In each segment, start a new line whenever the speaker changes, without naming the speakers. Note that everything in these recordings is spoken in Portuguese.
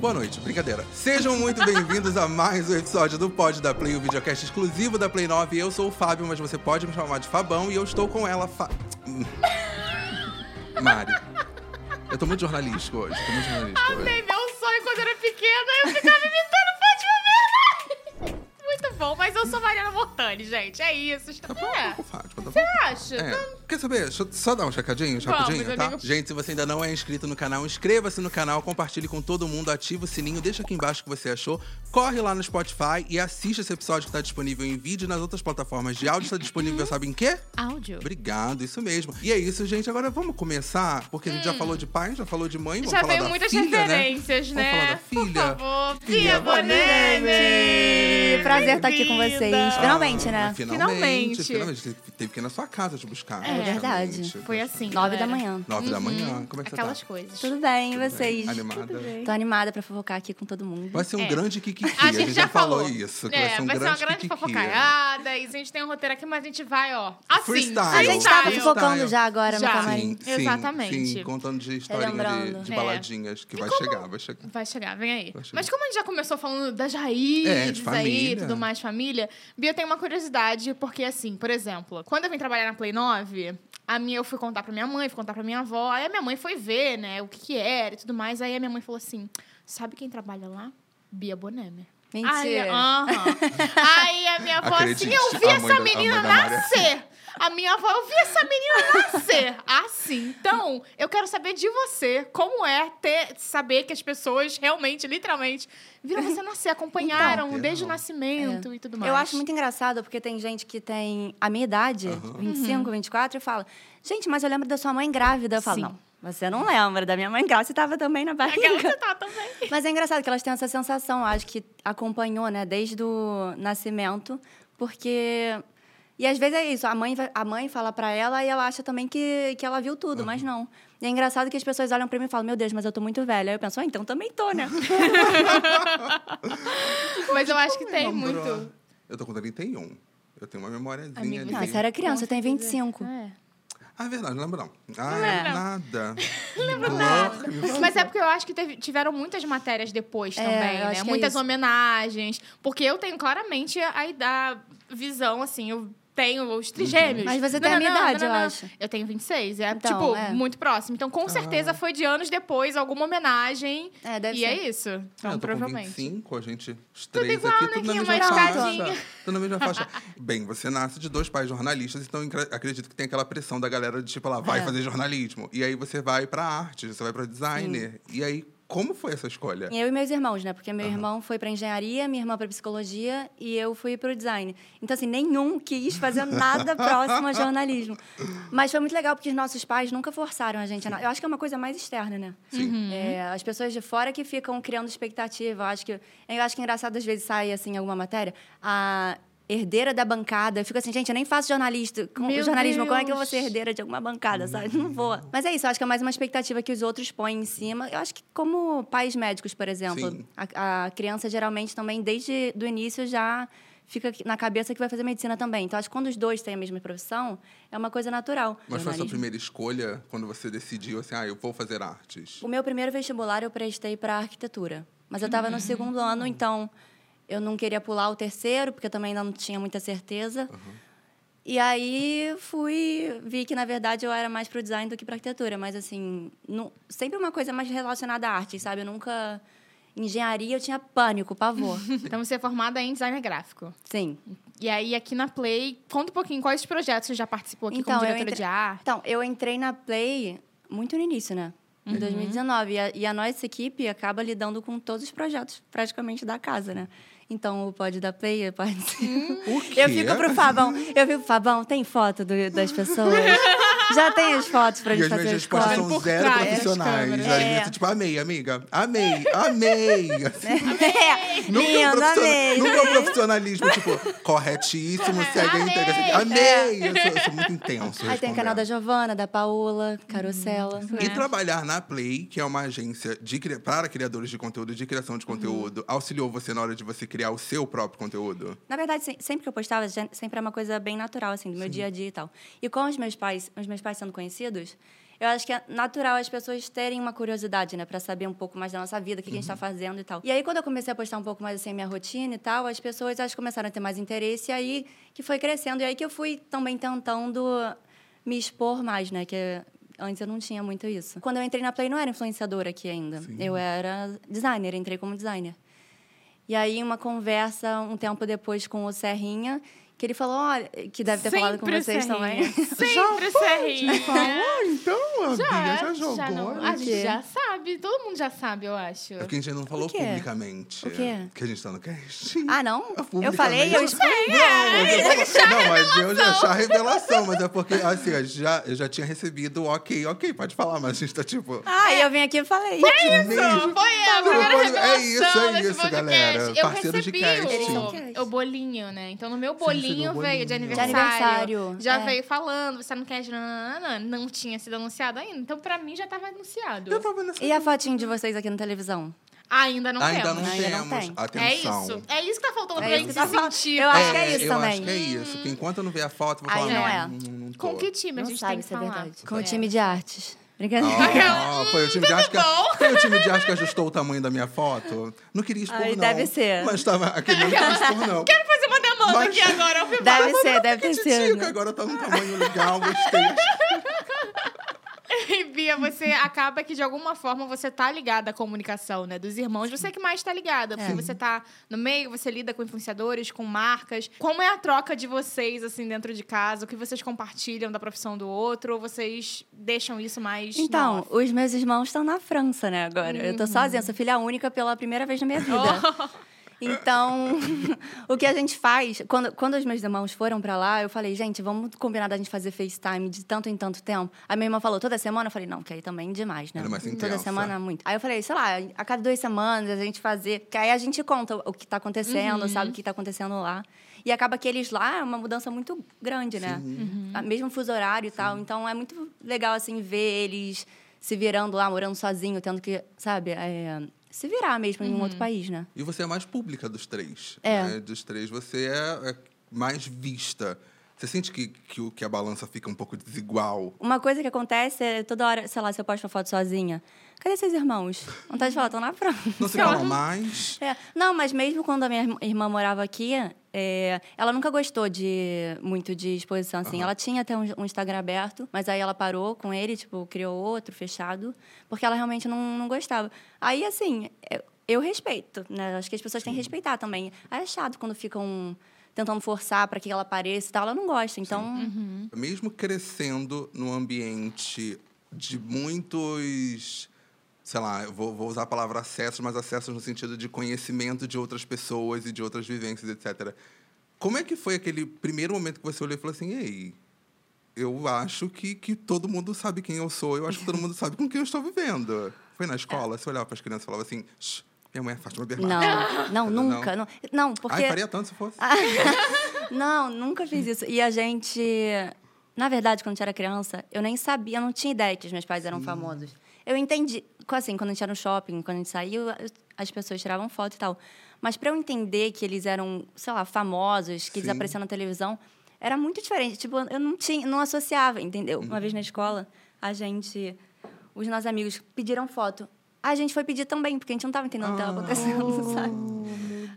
Boa noite, brincadeira. Sejam muito bem-vindos a mais um episódio do Pod da Play, o videocast exclusivo da Play 9. Eu sou o Fábio, mas você pode me chamar de Fabão e eu estou com ela, Fa... Hum. Mari. Eu tô muito jornalístico hoje, tô muito jornalístico hoje.
Amei meu sonho quando eu era pequena, eu ficava imitando Fátima Bernardes. Muito bom, mas eu sou Mariana Mortani, gente. É isso.
Tá bom, tá
É.
bom, Fátima, tá bom.
Você acha?
É.
Então,
Quer saber? Deixa eu só dar um uns recadinhos
Vamos,
rapidinho, tá?
amigo.
Gente, se você ainda não é inscrito no canal, inscreva-se no canal, compartilhe com todo mundo, ativa o sininho, deixa aqui embaixo o que você achou, corre lá no Spotify e assiste esse episódio que tá disponível em vídeo e nas outras plataformas de áudio. Está disponível, sabe em quê?
Uhum. Áudio.
Obrigado, isso mesmo. E é isso, gente. Agora vamos começar, porque a gente já falou de pai, já falou de mãe, vamos
Hum. Já
falar
veio
da
muitas
filha,
referências,
Vamos
né?
falar da filha?
Por favor.
Filha
Pia Bonene!
um Prazer estar aqui com
Bem-vinda.
vocês.
Tá.
Finalmente, né?
Finalmente,
Finalmente.
finalmente. Teve que ir na sua casa te buscar.
É
verdade.
praticamente.
Foi assim.
Nove da
galera.
manhã.
Nove da
Uhum.
manhã. Como é que
Aquelas
você tá?
coisas.
Tudo bem, e
Tudo
vocês?
bem? Animada?
Tô animada pra fofocar aqui com todo mundo.
Vai ser um
É.
grande kikiki.
A gente já
falou
falou.
isso. que
É,
vai ser um
vai ser uma
grande
grande Ah,
kikiki. Ah,
fofocaiada. E a gente tem um roteiro aqui, mas a gente vai, ó. Assim.
É Freestyle.
A gente tava
Style.
fofocando já agora
Já.
no
Sim,
camarim.
sim,
Exatamente.
Sim, contando de historinha de- de,
Relembrando.
É.
baladinhas que vai chegar, vai chegar.
Vai chegar, vem aí.
Vai chegar.
Mas como a gente já começou falando das raízes
É, de
aí
família.
e tudo mais, família, Bia tem uma curiosidade, porque assim, por exemplo, quando eu vim trabalhar na Play 9, a minha, eu fui contar pra minha mãe, fui contar pra minha avó, aí a minha mãe foi ver, né, o que que era e tudo mais, aí a minha mãe falou assim, sabe quem trabalha lá? Bia Bonemer. Aí,
Mentira.
aham. Aí a minha avó
Acredite,
assim, eu vi
a mãe da-
essa
a mãe
menina
da Maria.
nascer. A minha avó, eu vi essa menina nascer. Assim. Então, eu quero saber de você como é ter, saber que as pessoas realmente, literalmente, viram você nascer, acompanharam
Então.
desde o nascimento e tudo mais.
Eu acho muito engraçado, porque tem gente que tem a minha idade,
Aham.
25, 24, e fala, gente, mas eu lembro da sua mãe grávida. Eu falo,
Uhum. Sim.
não, você não lembra da minha mãe grávida, você tava também na
Aquela
barriga.
que tá também.
Mas é engraçado que elas têm essa sensação, eu acho que acompanhou, né, desde o nascimento, porque e às vezes é isso, a mãe vai- a mãe fala pra ela e ela acha também que, que ela viu tudo,
Uhum.
mas não. E é engraçado que as pessoas olham pra mim e falam: "Meu Deus, mas eu tô muito velha". Aí eu penso: "Ah, então também tô, né?".
Mas eu acho que tem
Lembrou.
muito.
Eu tô com 31. Eu tenho uma memóriazinha
Amigo,
ali.
Não, "Ah, você era criança, eu tenho
Com certeza.
25.
É.
um. Ah, é verdade, não lembro não. Ah,
lembro, não.
nada. Não
lembro nada. Mas é porque eu acho que teve- tiveram muitas matérias depois
É,
também,
eu
né?
acho que é
Muitas
isso.
homenagens. Porque eu tenho claramente a, id- a visão, assim, eu tenho os trigêmeos.
Mas você tem a minha idade, eu acho.
Eu tenho 26, é,
Então,
tipo,
é.
muito próximo. Então, com certeza, foi de anos depois, alguma homenagem.
É, deve
e
ser.
é isso. Então,
Ah, eu tô com
provavelmente.
25, a gente, os três
igual,
aqui,
né,
tudo na
Kim?
mesma
Mais
faixa.
tardinha.
Tudo na mesma faixa. Bem, você nasce de dois pais jornalistas, então encra- acredito que tem aquela pressão da galera de, tipo, ela vai
É.
fazer jornalismo. E aí você vai pra arte, você vai pra designer. E aí, como foi essa escolha?
E eu e meus irmãos, né? Porque meu irmão foi pra engenharia, minha irmã pra psicologia e eu fui pro design. Então, assim, nenhum quis fazer nada próximo a jornalismo. Mas foi muito legal porque os nossos pais nunca forçaram a gente a nada. Eu acho que é uma coisa mais externa, né?
Sim.
É, as pessoas de fora que ficam criando expectativa. Eu acho que, eu acho que é engraçado, às vezes, sai assim, alguma matéria. A herdeira da bancada. Eu fico assim, gente, eu nem faço jornalista, com-
Meu
jornalismo. Como é que eu vou
Deus.
ser herdeira de alguma bancada, sabe?
Uhum.
Não vou. Mas é isso, eu acho que é mais uma expectativa que os outros põem em cima. Eu acho que, como pais médicos, por
Sim.
exemplo, a, a criança geralmente também, desde do início, já fica na cabeça que vai fazer medicina também. Então, acho que quando os dois têm a mesma profissão, é uma coisa natural.
Mas foi a sua
Jornalismo.
primeira escolha quando você decidiu, assim, ah, eu vou fazer artes?
O meu primeiro vestibular eu prestei para arquitetura, mas eu estava no segundo ano, então eu não queria pular o terceiro, porque eu também ainda não tinha muita certeza. E aí fui, vi que na verdade eu era mais pro design do que para arquitetura, mas assim, nu- sempre uma coisa mais relacionada à arte, sabe? Eu nunca engenharia, eu tinha pânico, pavor.
Então, você é formada em designer gráfico.
Sim.
E aí, aqui na Play, conta um pouquinho quais projetos você já participou aqui
Então, eu
como diretora
entre-
de arte.
Então, eu entrei na Play muito no início, né?
Uhum.
Em 2019. E a, e a nossa equipe acaba lidando com todos os projetos, praticamente, da casa, né? Então, o pod da Play pode ser...
O quê?
Eu fico pro Fabão. Eu fico, Fabão, tem foto do- das pessoas? Já tem as fotos pra
E
gente
as minhas
fazer as
respostas
cortes.
fotos.
são
Por
zero
trás das
profissionais.
câmeras.
Aí
É.
você, tipo, amei, amiga. Amei, amei. Assim,
É,
Nunca é um
lindo,
profissiona-
amei.
nunca é um profissionalismo, tipo, corretíssimo, segue a integra. Amei! É. Eu sou, eu sou muito intenso.
Aí tem o canal da Giovana, da Paola, Carosella.
Hum. E trabalhar na Play, que é uma agência de, cri- para criadores de conteúdo, de criação de conteúdo, auxiliou você na hora de você criar o seu próprio conteúdo?
Na verdade, se- sempre que eu postava, já- sempre é uma coisa bem natural, assim, do meu dia a dia e tal. E com os meus pais, os meus meus pais sendo conhecidos, eu acho que é natural as pessoas terem uma curiosidade, né? Pra saber um pouco mais da nossa vida, o que, que a gente tá fazendo e tal. E aí, quando eu comecei a postar um pouco mais assim, a minha rotina e tal, as pessoas elas começaram a ter mais interesse, e aí que foi crescendo. E aí que eu fui também tentando me expor mais, né? Que antes eu não tinha muito isso. Quando eu entrei na Play, não era influenciadora aqui ainda. Eu era designer, entrei como designer. E aí, uma conversa um tempo depois com o Serrinha, que ele falou, olha, que deve ter falado com
Sempre
vocês
Serrinha.
também. né?
Sempre Serrinha.
Falou, então, a Bia
é?
já jogou.
Ah, não,
né?
a gente já sabe. Todo mundo já sabe, eu acho.
É porque a gente ainda não falou
quê?
publicamente.
O quê?
Que a gente tá no casting.
Ah, não? Eu
publicamente.
falei, eu escolhi.
é?
Não, mas eu, não, mas eu já achei a revelação, mas é porque, assim, a gente já, eu já tinha recebido ok, ok, pode falar, mas a gente tá tipo. um
Ah,
é.
e eu vim aqui e falei.
Isso, foi
Não,
a primeira
foi- é
revelação
isso, é
desse
isso,
podcast.
galera.
Eu
Parceiros
recebi
de casting.
o, o bolinho, né? Então, no meu
Você recebeu
bolinho,
o bolinho.
veio de
De
aniversário.
aniversário,
Já
é.
veio falando, você tá não quer... Não, não tinha sido anunciado ainda. Então, pra mim, já tava anunciado.
Eu tava nessa.
E a fotinho de vocês aqui na televisão?
Ainda não
ainda
temos.
não
Ainda não
temos.
tem.
É
Atenção.
isso. É isso que tá faltando
É
pra
isso
gente
que tá
se
faltando.
sentir.
Eu acho que é isso
eu
também.
acho que é isso. Porque enquanto eu não ver a foto, eu vou
Aí
falar,
não
não,
é.
não, não tô.
Com que time a gente tem que falar? É.
Com o time de artes. Brincadeira.
Ah, foi o time de arte que,
bom.
foi o time de arte que ajustou o tamanho da minha foto. Não queria expor,
Ai,
não.
deve ser.
Mas tava aquele não queria expor, não.
Quero fazer uma demanda
Mas-
aqui agora, ao vivo.
Deve
Mas
ser,
não,
deve ter
porque titica,
sido.
Agora tá num tamanho legal, gostei.
E, Bia, você acaba que de alguma forma você tá ligada à comunicação, né? Dos irmãos, você é que mais tá ligada, porque você tá no meio, você lida com influenciadores, com marcas. Como é a troca de vocês, assim, dentro de casa? O que vocês compartilham da profissão do outro? Ou vocês deixam isso mais. no
Então,
off?
os meus irmãos estão na França, né, agora. Eu
Uhum.
tô sozinha, sou filha é única pela primeira vez na minha vida. Então, o que a gente faz... Quando, quando os meus irmãos foram pra lá, eu falei, gente, vamos combinar da gente fazer FaceTime de tanto em tanto tempo? Aí minha irmã falou, toda semana? Eu falei, não, que aí também é demais, né?
Era mais é."
toda
intensa.
semana, muito. Aí eu falei, sei lá, a cada duas semanas a gente fazer... Que aí a gente conta o que tá acontecendo, sabe? O que tá acontecendo lá. E acaba que eles lá é uma mudança muito grande, né? Ah, Mesmo fuso horário e tal. Então é muito legal, assim, ver eles se virando lá, morando sozinho, tendo que, sabe, é, se virar mesmo em um outro país, né?
E você é a mais pública dos três.
É.
né? Dos três, você é, é mais vista. Você sente que, que, o- que a balança fica um pouco desigual?
Uma coisa que acontece é toda hora, sei lá, se eu posto uma foto sozinha. Cadê seus irmãos? Vontade de falar, estão na França.
Não se falam mais?
É, Não, mas mesmo quando a minha irm- irmã morava aqui, é, ela nunca gostou de muito de exposição, assim. Ela tinha até um, um Instagram aberto, mas aí ela parou com ele, tipo, criou outro, fechado, porque ela realmente não, não gostava. Aí, assim, eu, eu respeito, né? Acho que as pessoas têm que respeitar também. Aí é chato quando ficam tentando forçar para que ela apareça e tal. Ela não gosta, então...
Uhum. Mesmo crescendo num ambiente de muitos. Sei lá, eu vou, vou usar a palavra acessos, mas acessos no sentido de conhecimento de outras pessoas e de outras vivências, etc. Como é que foi aquele primeiro momento que você olhou e falou assim: ei, eu acho que, que todo mundo sabe quem eu sou, eu acho que todo mundo sabe com quem eu estou vivendo. Foi na
É.
escola, você olhava para as crianças e falava assim: "Shh, minha mãe é Fátima Bernardo.
Não, não,
Não.
nunca. Não, não porque...
Ai, faria tanto se
Ah,
fosse.
Não, nunca fiz isso. E a gente. Na verdade, quando a gente era criança, eu nem sabia, eu não tinha ideia que os meus pais eram famosos. Eu entendi. co- Assim, quando a gente era no shopping, quando a gente saiu, eu- as pessoas tiravam foto e tal. Mas para eu entender que eles eram, sei lá, famosos, que eles
Sim.
apareciam na televisão, era muito diferente. Tipo, eu não tinha, não associava, entendeu? Uma
Uhum.
vez na escola, a gente. Os nossos amigos pediram foto. A gente foi pedir também, porque a gente não tava entendendo o que estava
Ah.
acontecendo, sabe?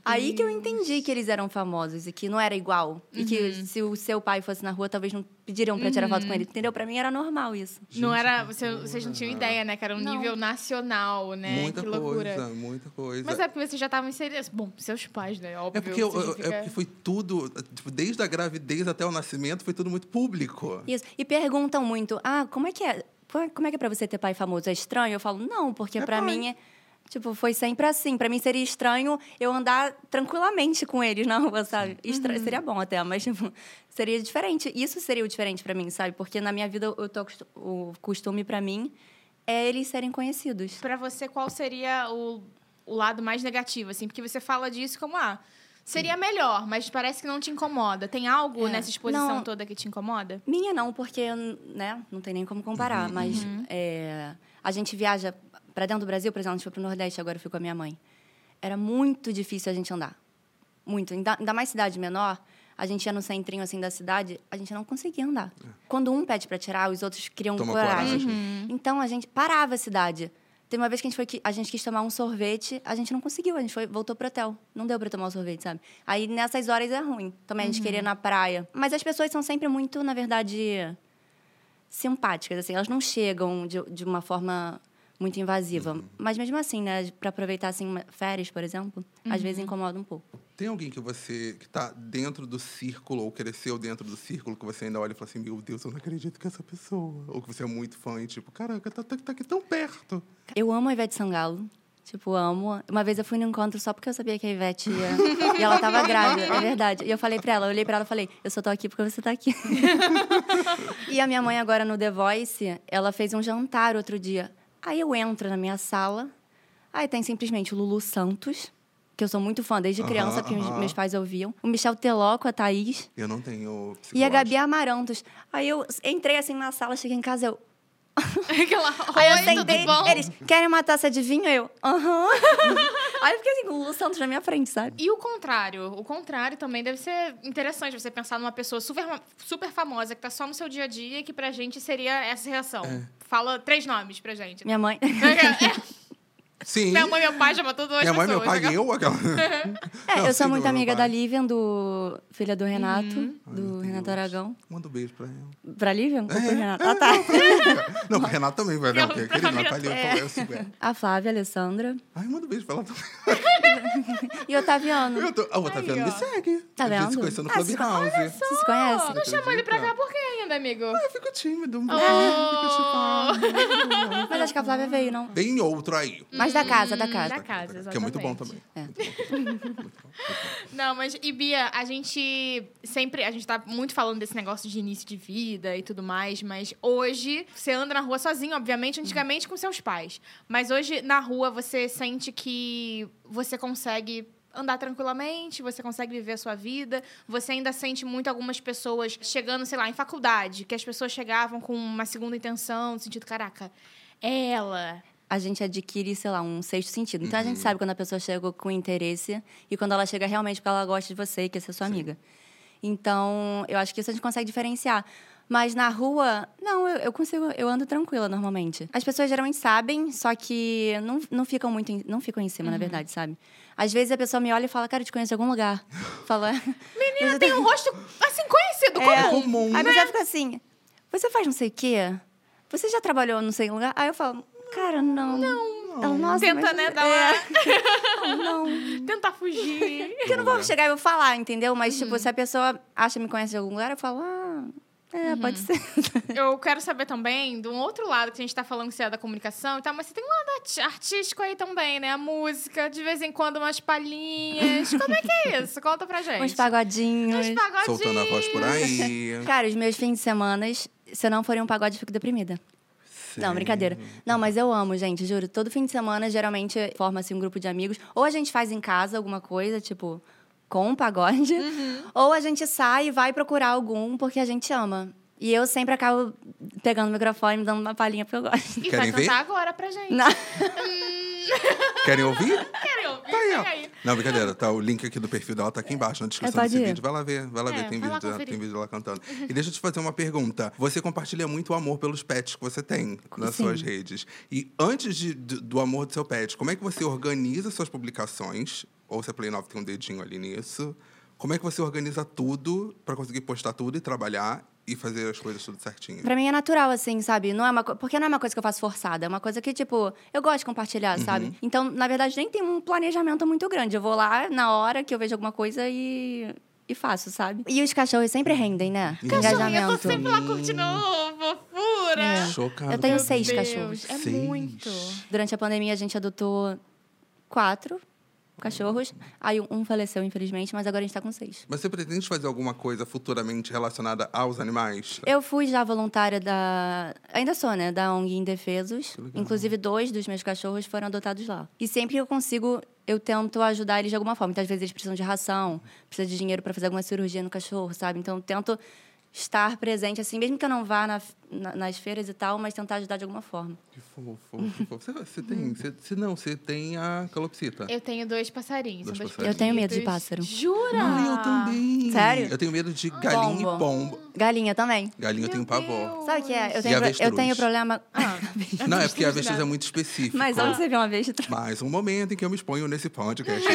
Aí que eu entendi que eles eram famosos e que não era igual. E que se o seu pai fosse na rua, talvez não pediriam pra tirar foto com ele. Entendeu? Pra mim era normal isso.
Não era. Você, vocês não tinham ideia, né? Que era um
Não.
nível nacional, né?
muita
que loucura.
coisa, muita coisa.
Mas é porque vocês já estavam inseridos. Bom, seus pais, né? Óbvio.
É porque, eu-
você
eu-
fica-
é porque foi tudo, tipo, desde a gravidez até o nascimento, foi tudo muito público.
Isso. E perguntam muito: ah, como é que é? Como é- Como é que é pra você ter pai famoso? É estranho? Eu falo, não, porque
É
pra
pai.
mim é. Tipo, foi sempre assim. Pra mim seria estranho eu andar tranquilamente com eles na rua, sabe? Estra- Seria bom até, mas tipo, seria diferente. Isso seria o diferente pra mim, sabe? Porque na minha vida eu tô acostu- o costume pra mim é eles serem conhecidos.
Pra você, qual seria o, o lado mais negativo, assim? Porque você fala disso como, ah, seria melhor, mas parece que não te incomoda. Tem algo
É.
nessa exposição
Não.
toda que te incomoda?
Minha não, porque, né, não tem nem como comparar, mas é, a gente viaja para dentro do Brasil, por exemplo, a gente foi pro Nordeste, agora eu fui com a minha mãe. Era muito difícil a gente andar. Muito. Ainda, ainda mais cidade menor, a gente ia no centrinho assim da cidade, a gente não conseguia andar. Quando um pede pra tirar, os outros criam
É. Toma
coragem.
coragem.
Então a gente parava a cidade. Tem uma vez que a gente foi que a gente quis tomar um sorvete, a gente não conseguiu, a gente foi, voltou pro hotel. Não deu pra tomar o sorvete, sabe? Aí nessas horas é ruim. Também a gente queria ir na praia. Mas as pessoas são sempre muito, na verdade, simpáticas, assim, elas não chegam de, de uma forma muito invasiva.
Uhum.
Mas mesmo assim, né, para aproveitar assim uma- férias, por exemplo, às vezes incomoda um pouco.
Tem alguém que você que tá dentro do círculo ou cresceu dentro do círculo que você ainda olha e fala assim: "Meu Deus, eu não acredito que é essa pessoa". Ou que você é muito fã e tipo, caraca, tá, tá, tá aqui tão perto.
Eu amo a Ivete Sangalo. Tipo, amo. Uma vez eu fui num encontro só porque eu sabia que a Ivete ia. e ela tava grávida, é verdade. E eu falei pra ela, eu olhei pra ela e falei, eu só tô aqui porque você tá aqui. e a minha mãe agora no The Voice, ela fez um jantar outro dia. Aí eu entro na minha sala, aí tem simplesmente o Lulu Santos, que eu sou muito fã desde
Aham,
criança, porque meus-
aham.
meus pais ouviam. O Michel Teló com a Thaís.
Eu não tenho
E a
psicológico.
Gabi Amarantos. Aí eu entrei assim na sala, cheguei em casa, eu.
Aquela
Aí eu
"Oi,
sentei,
tudo bom?
assim, eles querem uma taça de vinho? Eu, aham. Aí eu fiquei assim, com o Lulu Santos na minha frente, sabe?
E o contrário? O contrário também deve ser interessante você pensar numa pessoa super, super famosa que tá só no seu dia a dia e que pra gente seria essa reação.
É.
Fala três nomes pra gente.
Minha mãe.
É,
Sim.
minha mãe e meu pai já matou duas
Minha mãe,
pessoas.
meu pai e eu, aquela.
É,
Não,
eu
sim,
sou muito
do meu
amiga da
pai.
Livian, do filha do Renato, do
Ai, meu
Renato
Deus.
Aragão.
Manda um beijo pra ela.
Pra Livian? Ou pro Renato? Ah, tá.
Não, pro Renato também, vai né?
Não,
Porque
pra
aquele
família
Natal
é.
ali, eu falo, "É,
toda.
eu sigo ela.
A Flávia, a Alessandra
Ai, manda um beijo pra ela também.
e o Otaviano.
Eu tô... Ah, o Otaviano
ó.
me segue.
Tá
a gente se
vendo?
conheceu no
Ah, se-
Clubhouse.
Vocês se
Oh,
conhecem?
não chamou ele pra
então.
cá por quê ainda, amigo?
Eu fico tímido. né?
Oh.
Fico tipo, ah.
Mas acho que a Flávia veio, não.
Tem outro aí.
Mas da casa, Hum, da casa.
Da casa, exatamente.
Que é muito bom também.
Não, mas, e Bia, a gente sempre. A gente tá muito falando desse negócio de início de vida e tudo mais, mas hoje você anda na rua sozinho, obviamente, antigamente com seus pais. Mas hoje na rua você sente que você consegue. Andar tranquilamente, você consegue viver a sua vida. Você ainda sente muito algumas pessoas chegando, sei lá, em faculdade, que as pessoas chegavam com uma segunda intenção, no sentido, caraca, é ela.
a gente adquire, sei lá, um sexto sentido. Então a gente sabe quando a pessoa chega com interesse e quando ela chega realmente porque ela gosta de você e quer ser sua amiga. Então, eu acho que isso a gente consegue diferenciar. Mas na rua, não, eu, eu consigo, eu ando tranquila normalmente. As pessoas geralmente sabem, só que não, não ficam muito, em, não ficam em cima, na verdade, sabe? Às vezes a pessoa me olha e fala, cara, eu te conheço de algum lugar. Fala.
Menina, tem um rosto assim conhecido,
É.
comum.
comum.
Aí
Né?
você fica assim, você faz não sei o quê? Você já trabalhou não sei em lugar? Aí eu falo, cara, não. Não. Ela, Nossa,
Tenta,
mas-
né, dar
É. não.
Tentar fugir.
Porque eu não vou chegar e vou falar, entendeu? Mas,
Uhum.
tipo, se a pessoa acha que me conhece de algum lugar, eu falo, ah, é, pode
Uhum.
ser.
Eu quero saber também do outro lado que a gente tá falando que você é da comunicação e tal, mas você tem um lado arti- artístico aí também, né? A música, de vez em quando umas palhinhas. Como é que é isso? Conta pra gente.
Uns pagodinhos.
Uns pagodinhos.
Soltando a voz por aí.
Cara, os meus fins de semana, se eu não for em um pagode, eu fico deprimida. Não, brincadeira. Não, mas eu amo, gente, juro. Todo fim de semana, geralmente, forma-se um grupo de amigos. Ou a gente faz em casa alguma coisa, tipo, com um pagode. Ou a gente sai e vai procurar algum, porque a gente ama. E eu sempre acabo pegando o microfone, me dando uma palhinha, porque eu gosto.
E
Querem
vai
ver?
cantar agora pra gente.
Não.
Querem ouvir?
Querem ouvir?
Tá aí,
Pega aí.
ó. Não, brincadeira. Tá, o link aqui do perfil dela tá aqui embaixo na descrição
pode
desse
ir.
vídeo. Vai lá ver, vai lá
É,
ver. Tem
vai lá
vídeo, dela-
conferir. Uhum.
tem vídeo dela cantando. E deixa eu te fazer uma pergunta. Você compartilha muito o amor pelos pets que você tem nas
Sim.
suas redes. E antes de- do, do amor do seu pet, como é que você organiza suas publicações? Ou se a Play 9 tem um dedinho ali nisso. Como é que você organiza tudo pra conseguir postar tudo e trabalhar e fazer as coisas tudo certinho?
Pra mim é natural, assim, sabe? Não é uma co- Porque não é uma coisa que eu faço forçada. É uma coisa que, tipo, eu gosto de compartilhar,
Uhum.
sabe? Então, na verdade, nem tem um planejamento muito grande. Eu vou lá na hora que eu vejo alguma coisa e. E faço, sabe? E os cachorros sempre rendem, né?
Cachorrinha, Uhum. eu tô sempre
Engajamento.
lá curtindo ô, fofura.
É.
Chocado.
Eu tenho
Meu
seis
Deus,
cachorros.
É
Seis.
muito.
Durante a pandemia, a gente adotou quatro cachorros. Aí um- um faleceu, infelizmente, mas agora a gente tá com seis.
Mas você pretende fazer alguma coisa futuramente relacionada aos animais?
Eu fui já voluntária da. Ainda sou, né? Da ONG Indefesos. Inclusive, dois dos meus cachorros foram adotados lá. E sempre que eu consigo, eu tento ajudar eles de alguma forma. Então, às vezes, eles precisam de ração, precisam de dinheiro para fazer alguma cirurgia no cachorro, sabe? Então, eu tento estar presente, assim, mesmo que eu não vá na, na- nas feiras e tal, mas tentar ajudar de alguma forma.
Que fofo, que fofo. Você, você
Hum.
tem. Você, você não, você tem a calopsita.
Eu tenho dois passarinhos.
Dois
são dois
passarinhos.
Eu tenho medo de
periquitos.
pássaro.
Jura?
Não, eu também.
Ah. Sério? Ah.
Eu tenho medo de galinha e
Pombo.
pombo.
Galinha também.
Galinha eu tenho
Meu
pavor.
Deus.
Sabe o que é? Eu
E
tenho, pro- eu
avestruz.
tenho problema.
Ah,
Não, é porque a
avestruz
avestruz é
nada.
muito específico.
né? Mas onde você viu uma vez de tra-
Mais um momento em que eu me exponho nesse podcast.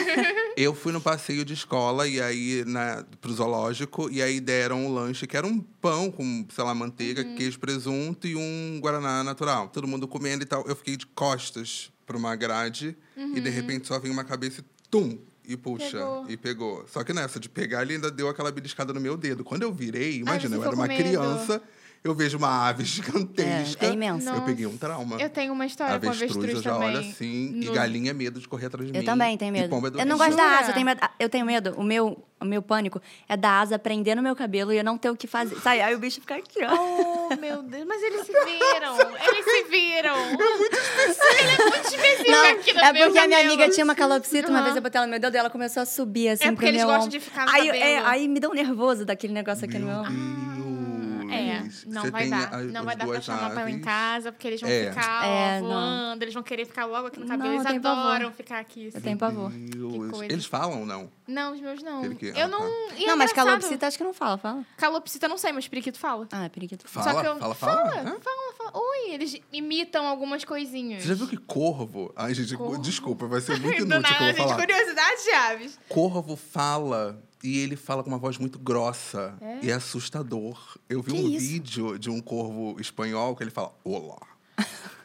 eu fui no passeio de escola e aí na, pro zoológico e aí deram um lanche que era um pão com, sei lá, manteiga,
Uhum.
queijo, presunto e um guaraná natural. Todo mundo comendo e tal. Eu fiquei de costas pra uma grade e de repente só vem uma cabeça e tum. E puxa,
Uhum. Pegou.
e pegou. Só que nessa de pegar, ele ainda deu aquela beliscada no meu dedo. Quando eu virei, imagina,
você
eu era
ficou
uma
com medo.
criança, eu vejo uma ave gigantesca.
É, é imensa.
Eu peguei um trauma.
eu tenho uma história com
Avestruz,
avestruz
eu já
também.
olho assim. E
no-
galinha é medo de correr atrás de mim.
Eu também tenho
E
medo.
pomba é
eu não
doença.
gosto da asa,
Jura?
eu tenho medo. Eu tenho medo. O meu, o meu pânico é da asa prender no meu cabelo e eu não ter o que fazer. Sai, aí o bicho fica aqui, ó.
Oh, meu Deus. Mas eles se viram. Eles se viram. É muito específico. Ele é muito específico aqui no
é
meu
porque a
cabelo.
minha
assim,
amiga tinha uma calopsita, uma
Aham.
vez eu botei ela no meu dedo e ela começou a subir assim
É porque
pro
eles
meu
gostam
ombro.
de ficar no
aí, é,
cabelo.
aí me deu um nervoso daquele negócio aqui no meu ombro.
Meu
É,
Deus.
não
Você
vai
tem ah,
dar.
as-
não
as
vai dar pra
duas
chamar pra eu em
aves.
casa, porque eles vão
É.
ficar ó,
É, não.
voando, eles vão querer ficar logo aqui no
Não,
cabelo. eles
eu tenho
adoram
pavor. É
ficar aqui.
Eu
assim.
tenho pavor.
Deus.
coisa.
Eles falam, não?
Não, os meus não.
Ele que- ah,
Eu não. e é
não, mas
engraçado.
calopsita acho que não fala, fala.
Calopsita eu não sei, mas periquito fala.
Ah, é periquito.
Fala,
Só que eu...
fala, fala.
Fala,
Hã?
fala, fala. Ui, eles imitam algumas coisinhas.
Você já viu que corvo... Ai, gente,
Corvo.
desculpa. Vai ser muito
Do
inútil o que eu
nada,
vou
gente,
falar.
curiosidade de aves.
Corvo fala... E ele fala com uma voz muito grossa.
É?
E é assustador. Eu vi
Que
um
isso?
vídeo de um corvo espanhol que ele fala... Olá.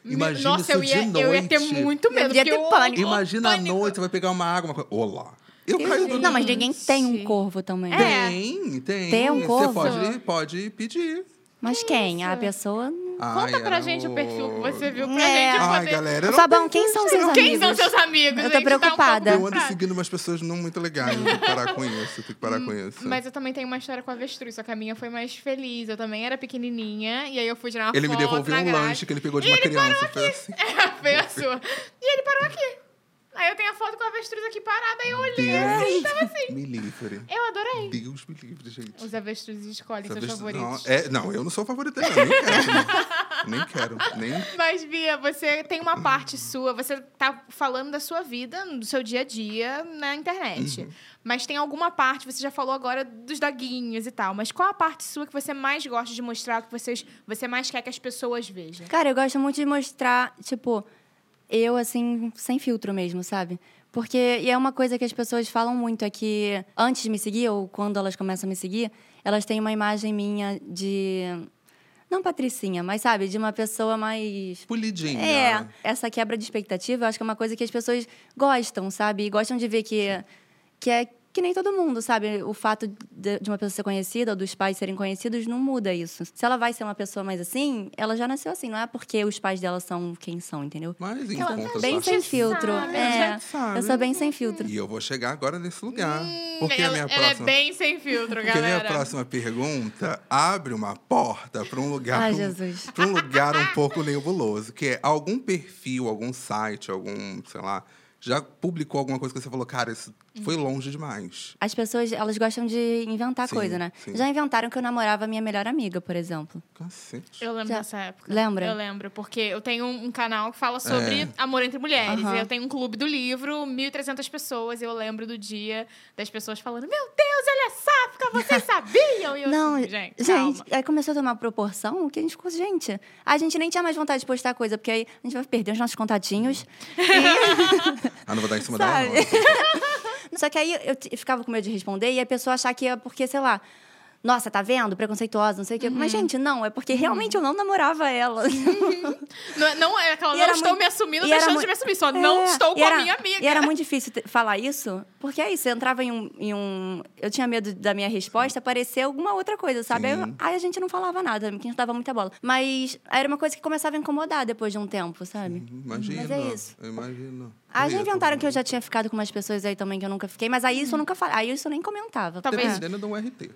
Imagina
Nossa,
isso
eu ia,
de noite.
eu ia ter muito medo.
devia
porque
ter
eu-
pânico.
Imagina à
pânico.
noite, você vai pegar uma água, uma coisa. Olá! Eu caio do
Não, mas ninguém tem um
Gente.
corvo também.
É.
Tem, tem.
Tem um
Você
corvo?
pode, pode pedir.
Mas quem? A pessoa.
Conta
Ai,
pra
era um
gente o perfil que você viu pra
É.
gente
Ai,
poder-
galera, eu não
Fabão,
tenho
quem são seus amigos?
Quem são seus amigos?
Eu tô
gente? Tá um pouco
preocupada.
Eu ando
preocupada.
seguindo umas pessoas não muito legais. Eu tenho que parar com isso, eu tenho que parar com isso.
Hum, Mas eu também tenho uma história com a avestruz, só que a minha foi mais feliz. Eu também era pequenininha, e aí eu fui tirar uma
ele me
foto
devolveu
na
um
grade.
lanche que ele pegou de
E
uma
ele
criança. Foi assim.
foi a sua. E ele parou aqui. Aí eu tenho a foto com a avestruz aqui parada, e eu olhei assim,
Deus
tava assim.
me livre.
Eu adorei.
Deus me livre, gente.
Os avestruzes escolhem
Essa
seus
vez- não,
favoritos.
é, não, eu não sou favorita, não. Nem quero. né? nem quero. Nem
Mas, Bia, você tem uma parte sua, você tá falando da sua vida, do seu dia a dia na internet.
Uhum.
Mas tem alguma parte, você já falou agora dos doguinhos e tal, mas qual a parte sua que você mais gosta de mostrar, que vocês, você mais quer que as pessoas vejam?
Cara, eu gosto muito de mostrar, tipo, eu, assim, sem filtro mesmo, sabe? Porque, e é uma coisa que as pessoas falam muito, é que antes de me seguir, ou quando elas começam a me seguir, elas têm uma imagem minha de. Não patricinha, mas sabe? De uma pessoa mais.
pulidinha.
É, essa quebra de expectativa, eu acho que é uma coisa que as pessoas gostam, sabe? E gostam de ver que, que é que nem todo mundo, sabe? O fato de, de uma pessoa ser conhecida ou dos pais serem conhecidos não muda isso. Se ela vai ser uma pessoa mais assim, ela já nasceu assim. Não é porque os pais dela são quem são, entendeu?
Mas em
Ela-
conta
bem
só.
sem filtro.
sabe,
a
é,
gente sabe.
eu sou bem sem filtro.
E eu vou chegar agora nesse lugar.
Hum,
porque a
ela,
minha
ela
próxima.
é bem sem filtro,
porque a minha
galera.
próxima pergunta abre uma porta para um lugar.
Ai, Jesus.
Para um lugar um pouco nebuloso, que é algum perfil, algum site, algum, sei lá, já publicou alguma coisa que você falou, cara, isso foi
Uhum.
longe demais.
As pessoas, elas gostam de inventar
Sim,
coisa, né?
sim.
Já inventaram que eu namorava a minha melhor amiga, por exemplo.
Cacete.
Eu lembro
Já-
dessa época.
Lembra?
Eu lembro, porque eu tenho um um canal que fala sobre
É.
amor entre mulheres.
Aham.
E eu tenho um clube do livro, 1.300 pessoas. E eu lembro do dia das pessoas falando: Meu Deus, olha a sáfica, vocês sabiam? E eu
Não,
assim, gente,
gente,
calma.
aí começou a tomar proporção que a gente ficou, gente, a gente nem tinha mais vontade de postar coisa, porque aí a gente vai perder os nossos contatinhos.
Ah, não vou dar em cima
Sabe?
dela?
é
não.
Só que aí eu, t- eu ficava com medo de responder e a pessoa achar que é porque, sei lá, nossa, tá vendo? Preconceituosa, não sei o quê.
Uhum.
Mas, gente, não, é porque realmente eu não namorava ela.
Não, não é aquela,
E
não
era
estou
muito-
me assumindo,
e era
deixando de
mui-
me assumir. Só não
É,
estou
e
com a
era-
minha amiga.
E era muito difícil te- falar isso, porque aí você entrava em um, em um- Eu tinha medo da minha resposta aparecer alguma outra coisa, sabe? Aí, eu-
Sim.
aí a gente não falava nada, que não dava muita bola. Mas era uma coisa que começava a incomodar depois de um tempo, sabe?
Imagina.
Mas é isso.
Eu imagino.
Ah,
Aí Ah, já
Bonito.
inventaram que eu já tinha ficado com umas pessoas aí também que eu nunca fiquei, mas aí isso eu nunca falei. Aí isso eu nem comentava.
Talvez-
Dependendo de um RT.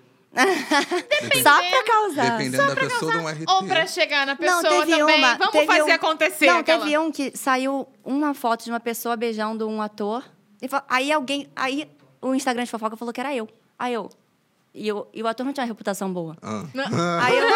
Só pra causar.
Dependendo da pessoa, de um RT.
Ou pra chegar na pessoa também. Vamos
teve
fazer
um-
acontecer.
Não,
aquela...
teve um que saiu uma foto de uma pessoa beijando um ator. E fa- aí alguém. Aí o Instagram de fofoca falou que era eu. Aí eu. E, eu, e o ator não tinha uma reputação boa.
Ah.
Aí eu,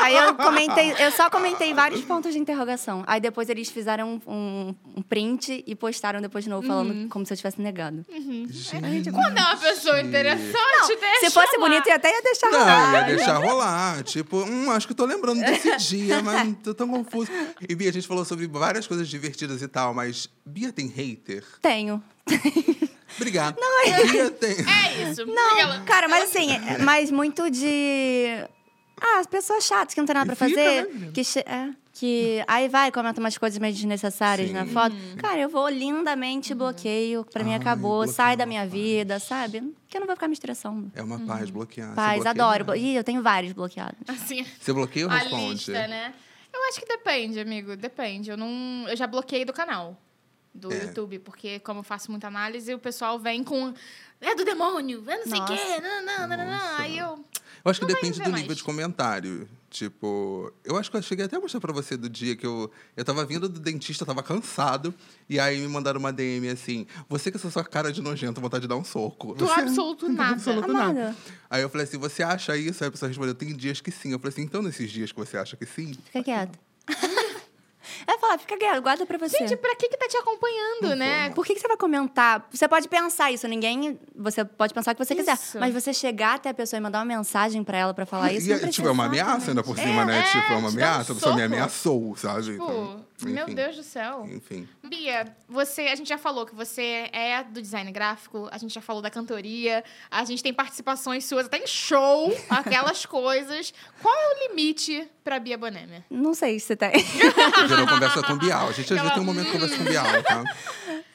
aí eu comentei, eu só comentei vários pontos de interrogação. Aí depois eles fizeram um, um- um print e postaram depois de novo, falando
Uhum.
como se eu tivesse negado.
Gente.
Quando é uma pessoa interessante, deixa
Se fosse
lá.
bonito, eu até ia
Tá
deixar rolar.
Não, ia deixar rolar. Tipo, hum, acho que eu tô lembrando desse dia, mas tô tão confuso. E Bia, a gente falou sobre várias coisas divertidas e tal, mas Bia tem hater?
Tenho.
Obrigado. Não, Bia tem.
É isso.
Não, cara, mas assim, é- mas muito de. Ah, as pessoas chatas que não tem nada
E
pra
fica,
fazer.
né, menina?
que che- é.
Que aí vai, comenta umas coisas meio desnecessárias na foto. Cara, eu vou lindamente, bloqueio, pra mim
Ai,
acabou,
bloqueio
sai da
uma
minha
paz.
vida, sabe? Que eu não vou ficar me estressando.
É uma paz
Uhum.
bloqueada. Você
Paz,
bloqueia,
adoro.
né?
Ih, eu tenho vários bloqueados.
Assim,
Você bloqueia ou
a
responde?
lista, né? Eu acho que depende, amigo. Depende. Eu não. Eu já bloqueei do canal. Do
É.
YouTube, porque como eu faço muita análise, o pessoal vem com. É do demônio, é não sei o quê. Não, não, não, não, não.
Nossa.
Aí eu.
Eu acho que
Não vai
depende do
viver
nível
mais.
de comentário. Tipo, eu acho que eu cheguei até a mostrar pra você do dia que eu. Eu tava vindo do dentista, tava cansado. E aí me mandaram uma DM assim: Você com essa sua cara de nojento, vontade de dar um soco.
Do
Você-
absoluto
Do
nada.
absoluto
Amada.
nada. Aí eu falei assim: Você acha isso? Aí a pessoa respondeu: Tem dias que sim. Eu falei assim: Então nesses dias que você acha que sim.
Fica quieta. Ela fala, fica quieta, guarda pra você.
Gente, pra que que tá te acompanhando, né?
Por que, que você vai comentar? Você pode pensar isso, ninguém. Você pode pensar o que você
Isso.
quiser. Mas você chegar até a pessoa e mandar uma mensagem pra ela pra falar isso.
e
não
é, tipo,
precisa,
é uma ameaça
sabe?
ainda por cima, né?
é,
tipo, é uma
te dá um
ameaça. a pessoa me
soco.
ameaçou, sabe? Então,
Tipo, meu
enfim.
Deus do céu.
Enfim.
Bia, você, a gente já falou que você é do design gráfico, a gente já falou da cantoria, a gente tem participações suas até em show, aquelas coisas. Qual é o limite pra Bia Bonemer?
Não sei se tem.
Gerou conversa com Bial. A gente às vezes tem um momento de conversa com Bial, tá?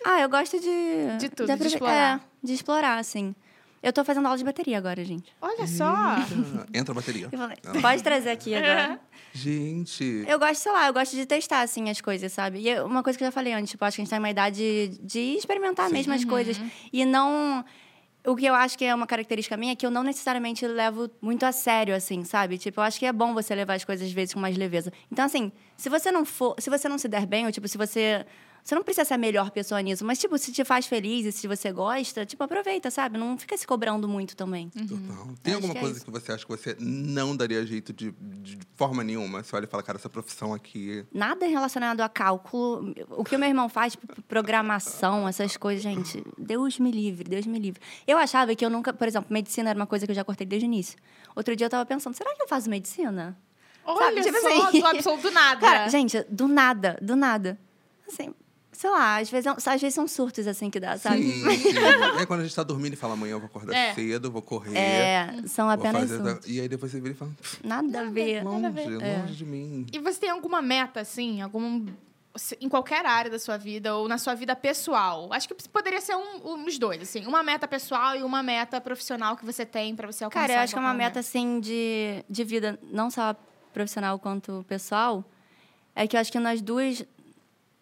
ah, eu gosto de.
De tudo, de
aprove-
explorar.
É, de explorar, assim. Eu tô fazendo aula de bateria agora, gente.
Olha só!
Entra a bateria.
Eu falei, Pode trazer aqui
É.
agora.
Gente.
Eu gosto, sei lá, eu gosto de testar, assim, as coisas, sabe? E eu- uma coisa que eu já falei antes, tipo, acho que a gente tá em uma idade de experimentar mesmo as coisas. E não... O que eu acho que é uma característica minha é que eu não necessariamente levo muito a sério, assim, sabe? Tipo, eu acho que é bom você levar as coisas, às vezes, com mais leveza. Então, assim, se você não for... Se você não se der bem, ou, tipo, se você... Você não precisa ser a melhor pessoa nisso, mas, tipo, se te faz feliz e se você gosta, tipo, aproveita, sabe? Não fica se cobrando muito também.
Total. Tem
Acho
alguma
que é
coisa
isso.
que você acha que você não daria jeito de, de forma nenhuma? Você olha e fala, cara, essa profissão aqui.
Nada relacionado a cálculo. O que o meu irmão faz, tipo, programação, essas coisas, gente. Deus me livre, Deus me livre. Eu achava que eu nunca, por exemplo, medicina era uma coisa que eu já cortei desde o início. Outro dia eu tava pensando, será que eu faço medicina?
Olha
tipo
só,
assim.
do absoluto nada.
Cara, gente, do nada, do nada. Assim, sei lá, às vezes, é um- às vezes são surtos assim que dá, sabe?
Sim, sim. é quando a gente tá dormindo e fala, amanhã eu vou acordar
É.
cedo, vou correr.
É, são
vou
apenas
fazer...
surtos.
da- E aí depois você vira e fala, "Pff,
É, Nada a ver.
longe,
ver.
longe de mim.
E você tem alguma meta, assim, algum. se- Em qualquer área da sua vida ou na sua vida pessoal? Acho que poderia ser um, uns dois, assim. Uma meta pessoal e uma meta profissional que você tem pra você alcançar.
Cara, eu acho que é uma
qualquer
meta,
momento.
assim, de, de vida, não só profissional quanto pessoal, é que eu acho que nas duas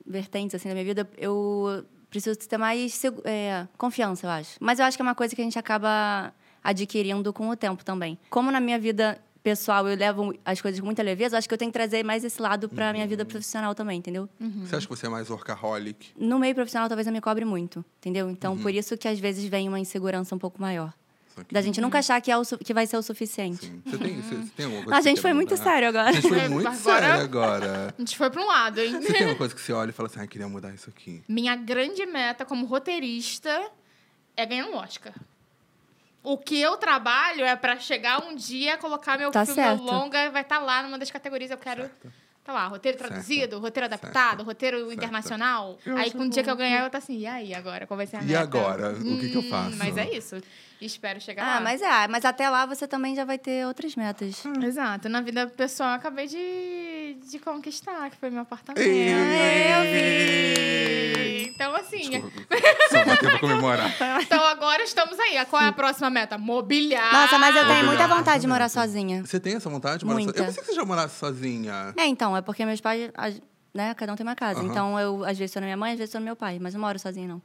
vertentes, assim, da minha vida, eu preciso ter mais segu- é, confiança, eu acho. Mas eu acho que é uma coisa que a gente acaba adquirindo com o tempo também. Como na minha vida pessoal eu levo as coisas com muita leveza, eu acho que eu tenho que trazer mais esse lado pra minha vida profissional também, entendeu?
Você acha que você é mais workaholic?
No meio profissional, talvez eu me cobre muito, entendeu? Então, por isso que às vezes vem uma insegurança um pouco maior.
Só que-
Da gente nunca achar que, é o su- que vai ser o suficiente.
Sim. Você tem, você, você tem alguma coisa
A
que você
gente
quer
foi muito
mudar?
sério né?
A
agora.
gente foi
É,
muito
agora-
sério agora.
A gente foi pra um lado, hein?
Você tem alguma coisa que você olha e fala assim, ai, queria mudar isso aqui.
Minha grande meta como roteirista é ganhar um Oscar. O que eu trabalho é pra chegar um dia, colocar meu
Tá
filme
certo.
longa, vai estar lá numa das categorias. Eu quero. Tá lá, roteiro
Certo.
traduzido, roteiro adaptado, roteiro internacional. Aí, com o dia que eu ganhar, eu tô assim, e aí agora? Qual vai ser a
E
meta?
agora? O que que eu
Hum,
faço?
Mas é isso. Espero chegar lá.
Ah, Hum. mas é, mas até lá você também já vai ter outras metas.
Exato. Na vida pessoal, eu acabei de, de conquistar, que foi meu apartamento.
Ei.
Então, assim,
Desculpa, só bateu pra comemorar.
Então agora estamos aí. Qual é a próxima meta? Mobiliar.
Nossa, mas eu tenho
Obrigado.
muita vontade de morar sozinha.
Você tem essa vontade de morar
Muita.
sozinha? Eu pensei que você já morasse sozinha.
É, então, é porque meus pais. a-
né? Cada um tem uma casa.
Aham.
Então, eu às vezes sou na minha mãe, às vezes sou no meu pai, mas não moro sozinha, não.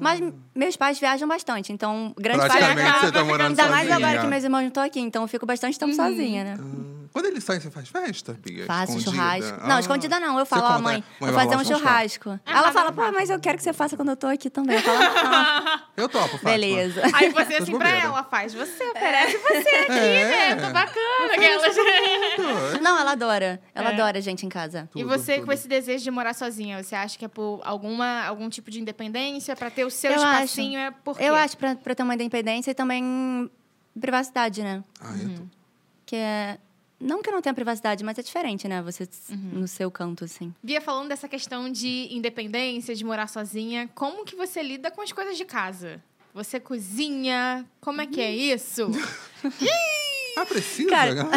Mas meus pais viajam bastante, então grande parte da
Praticamente
casa.
você tá morando
Ainda
Ainda
sozinha.
mais agora que meus irmãos não estão aqui, então eu fico bastante tempo sozinha, né?
Hum. Quando eles saem, você faz festa, Pia?
Faço
Escondida?
churrasco.
Ah.
Não, escondida não. Eu
Você
falo, ó,
conta,
mãe,
né?
vou
vai lá,
fazer um
vamos churrasco.
churrasco.
Ah, Ela fala, pô, mas eu quero que você faça quando eu tô aqui também. Eu falo, "Ah,
Eu topo, Fátima.
Beleza.
Aí você
Mas né?
assim pra
bobeira.
ela, faz
É.
você, oferece você
É,
aqui, né? Tô bacana. Aquelas...
Não, ela adora. Ela
É.
adora gente em casa.
E
Tudo,
você
tudo.
com esse desejo de morar sozinha, você acha que é por alguma, algum tipo de independência, pra ter o seu
Eu
espacinho? É por quê?
Eu acho.
acho pra, pra ter uma independência e também privacidade, né?
Ah, eu tô-
Que é. Não que eu não tenha privacidade, mas é diferente, né? Você
Uhum.
no seu canto, assim.
Bia, falando dessa questão de independência, de morar sozinha, como que você lida com as coisas de casa? Você cozinha? Como é que é
Hum.
isso? Morar
Ah, precisa?
Cara,
né?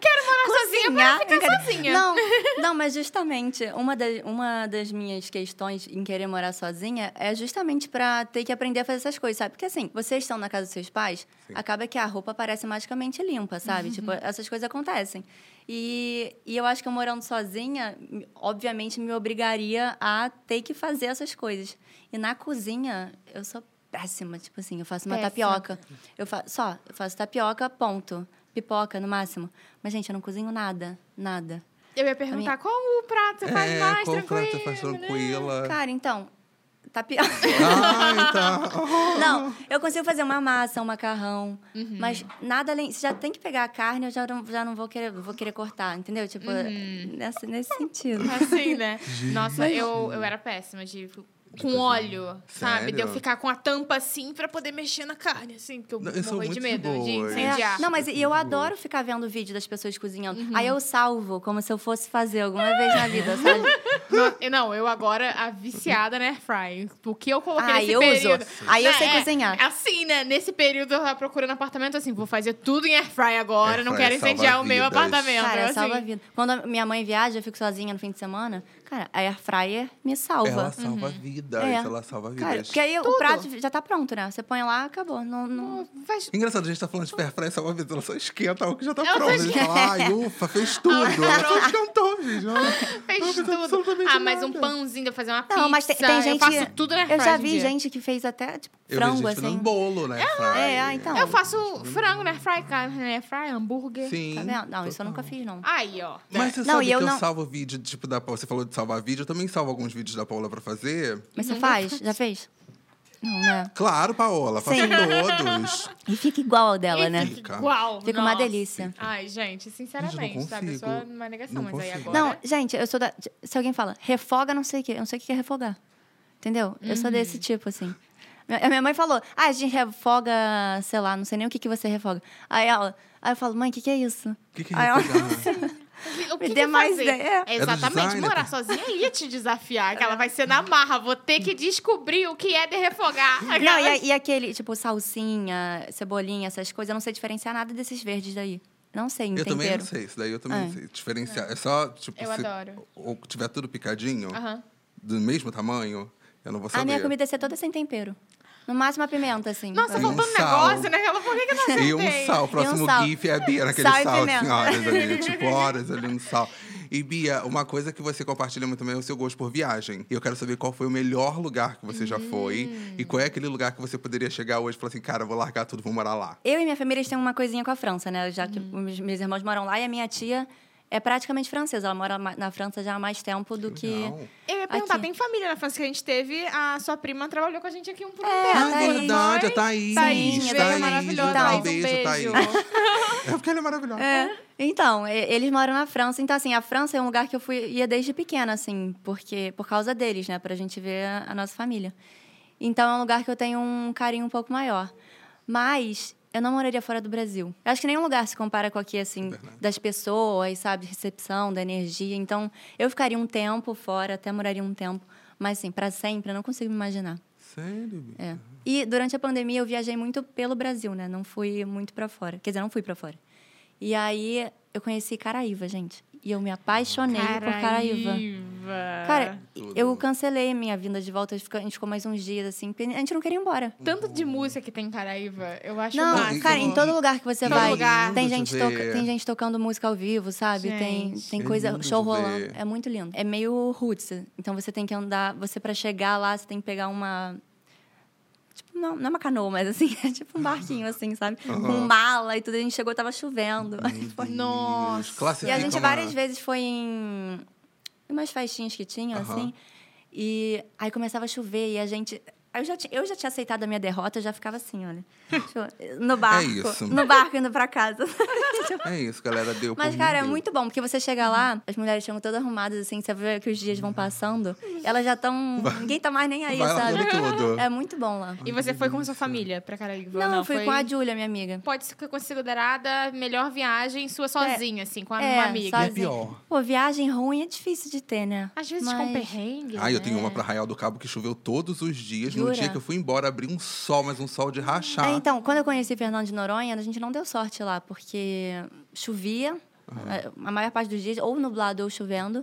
sozinha pra
Cozinhar,
ficar
eu quero-
sozinha.
Não, não, mas justamente, uma, da- uma das minhas questões em querer morar sozinha é justamente pra ter que aprender a fazer essas coisas, sabe? Porque assim, vocês estão na casa dos seus pais, acaba que a roupa parece magicamente limpa, sabe?
Uhum.
Tipo, essas coisas acontecem. E, e eu acho que eu morando sozinha, m- obviamente, me obrigaria a ter que fazer essas coisas. E na cozinha, eu sou péssima. Tipo assim, eu faço uma
Péssima.
tapioca. Eu fa só, eu faço tapioca, ponto. Pipoca, no máximo. Mas, gente, eu não cozinho nada. Nada.
Eu ia perguntar
minha-
qual o prato faz
É,
mais
qual
tranquilo.
prato faz
né?
tranquila?
Cara, então, tapioca.
Ai, tá. Ah.
não, eu consigo fazer uma massa, um macarrão.
Uhum.
Mas nada além. Você já tem que pegar a carne, eu já não, já não vou, querer, vou querer cortar, entendeu? Tipo,
Uhum.
nessa- nesse sentido.
Assim, né? Nossa, eu, eu era péssima de. Com óleo, sabe? De eu
Sério?
ficar com a tampa assim pra poder mexer na carne, assim, porque eu
Não, eu sou
morri de
muito
medo
boa,
de
hein?
É,
incendiar.
Não, mas e eu adoro ficar vendo vídeo das pessoas cozinhando.
Uhum.
Aí eu salvo, como se eu fosse fazer alguma vez na vida, sabe?
Não, eu- não, eu agora, a viciada, né, Fry? O que eu coloquei
Ah,
nesse
eu uso.
período...
Aí eu
Né,
sei
é,
cozinhar.
Assim, né? Nesse período, eu tava procurando apartamento, assim, vou fazer tudo em airfry agora,
Air
não
fryer
quero incendiar
salva
o meu
vidas.
apartamento.
Cara,
assim.
salva a vida. Quando a minha mãe viaja, eu fico sozinha no fim de semana. Cara, a air fryer me salva.
Ela salva vidas,
É.
ela salva vidas.
Cara, porque aí o
Tudo.
prato já tá pronto, né? Você põe lá, acabou. Não, não...
Faz-
Engraçado, a gente tá falando de fair fry, salva vidas, ela só esquenta algo que já tá
Ela só
pronto. A gente fala, ai, ufa, fez tudo. Ela só esquentou, gente. Ela não é
Fez tudo.
absolutamente
Ah, mas um
nada.
pãozinho, eu fazer uma pizza.
Não, mas tem, tem gente.
Eu faço tudo na airfry.
Eu já
hoje em
vi
dia.
gente que fez até tipo,
Eu
frango,
vejo gente
assim.
fazendo bolo, né?
É, ah, então.
Eu faço frango na airfry, carne na airfry, hambúrguer.
Sim.
Tá vendo? Não, isso
total.
eu nunca fiz, não.
Aí, ó.
Mas você
Não,
sabe
e
que eu,
eu não-
salvo vídeo, tipo, da Paula. Você falou de salvar vídeo, eu também salvo alguns vídeos da Paula pra fazer.
Mas você faz? Já fez? Não, né?
Claro, Paola, faço
Sim.
todos.
E fica igual ao dela,
E
né?
Fica igual.
Fica uma
nossa.
delícia.
Ai, gente, sinceramente,
Gente, eu não
sabe? Eu sou
consigo.
uma negação,
Não
mas aí
consigo.
agora.
Não, gente, eu sou da. Se alguém fala, refoga não sei o quê. Eu não sei o que é refogar. Entendeu? Eu sou desse tipo, assim. A minha mãe falou, ah, a gente refoga, sei lá, não sei nem o que, que você refoga. Aí ela. Aí eu falo, mãe, o que, que é isso?
O que, que é
Ai,
isso, cara?
O que
Me
que
dê mais
fazer?
ideia.
É
É
do
exatamente,
design, É. né?
morar sozinha ia te desafiar, que ela vai ser na marra, vou ter que descobrir o que é de refogar.
Não, e, a- e aquele, tipo, salsinha, cebolinha, essas coisas, eu não sei diferenciar nada desses verdes daí. Não sei, em
Eu também
tempero.
não sei, isso daí eu também não
É.
sei. Diferenciar. É só, tipo,
Eu
se
adoro. Ah.
ou tiver tudo picadinho,
Aham.
do mesmo tamanho, eu não vou saber.
A minha comida ia ser toda sem tempero. No máximo a pimenta, assim.
Nossa,
E um
faltou um
sal.
negócio, né? Ela, por que que eu não
E um
acertei?
sal. O próximo
sal.
GIF é a Bia naquele
Sal
sal,
e
assim,
pimenta.
horas ali. Tipo, horas ali no sal. E Bia, uma coisa que você compartilha muito também é o seu gosto por viagem. E eu quero saber qual foi o melhor lugar que você já foi. E qual é aquele lugar que você poderia chegar hoje e falar assim, cara, vou largar tudo, vou morar lá.
Eu e minha família a gente tem uma coisinha com a França, né? Já que os meus irmãos moram lá e a minha tia é praticamente francesa. Ela mora ma- na França já há mais tempo do que.
Não.
Eu ia perguntar,
Aqui.
tem família na França que a gente teve, a sua prima trabalhou com a gente aqui um por um
É,
tempo.
Ah,
tá
é
aí.
verdade, a
Foi?
Thaís.
Thaís,
Thaís,
veio maravilhosa.
mandar
Thaís, um beijo.
É porque ela é maravilhosa.
É. Então, e- eles moram na França. Então, assim, a França é um lugar que eu fui, ia desde pequena, assim, porque por causa deles, né? Pra gente ver a, a nossa família. Então, é um lugar que eu tenho um carinho um pouco maior. Mas eu não moraria fora do Brasil. Eu acho que nenhum lugar se compara com aqui, assim, das pessoas, sabe? Recepção, da energia. Então, eu ficaria um tempo fora, até moraria um tempo. Mas, assim, pra sempre, eu não consigo me imaginar.
Sério, Bia?
É. E durante a pandemia eu viajei muito pelo Brasil, né? Não fui muito pra fora. Quer dizer, não fui pra fora. E aí eu conheci Caraíva, gente. e eu me apaixonei por Caraíva. Cara,
Tudo.
eu cancelei minha vinda de volta, a gente ficou- a gente ficou mais uns dias assim, porque a gente não queria ir embora.
Tanto de música que tem em Caraíva, eu acho
Não,
Não, e
massa.
cara, em
como-
todo lugar que você
Todo
vai,
lugar.
tem
Lindo de
gente, toca,
ver.
tem gente tocando música ao vivo, sabe? Tem,
Gente.
tem
É
coisa,
lindo
show
de
rolando.
ver.
É muito lindo. É meio roots, então você tem que andar, você pra chegar lá, você tem que pegar uma tipo, não, não é uma canoa, mas assim, é tipo um barquinho assim, sabe? Com mala e tudo, a gente chegou, tava chovendo.
Uhum.
Tipo,
Nossa.
E
Classifica
a gente
uma-
várias vezes foi em umas festinhas que tinham,
Aham.
assim. E aí começava a chover e a gente. aí Eu já, tinha, eu já tinha aceitado a minha derrota, eu já ficava assim, olha. tipo, No barco.
É isso.
No barco indo pra casa.
É isso, galera. Deu por
Mas,
mim,
cara, é
deu.
muito bom, porque você chega lá, as mulheres chegam todas arrumadas, assim, você vê que os dias vão passando, elas já estão. Ninguém tá mais nem aí,
Vai
sabe?
largando tudo.
É muito bom lá.
E você foi com sua família pra Caraíva?
Não, eu fui
foi...
com a Júlia, minha amiga.
Pode ser considerada a melhor viagem sua sozinha, assim, com a
é,
uma amiga.
E é
sozinha.
pior.
Pô, viagem ruim é difícil de ter, né?
Às vezes com
Mas-
perrengue.
Ah, eu tenho
né?
uma pra Arraial do Cabo que choveu todos os dias. No
É. Jura?
dia que eu fui embora, abriu um sol, mas um sol de rachar.
É, então, quando eu conheci Fernando de Noronha, a gente não deu sorte lá, porque chovia eh, a maior parte dos dias, ou nublado ou chovendo.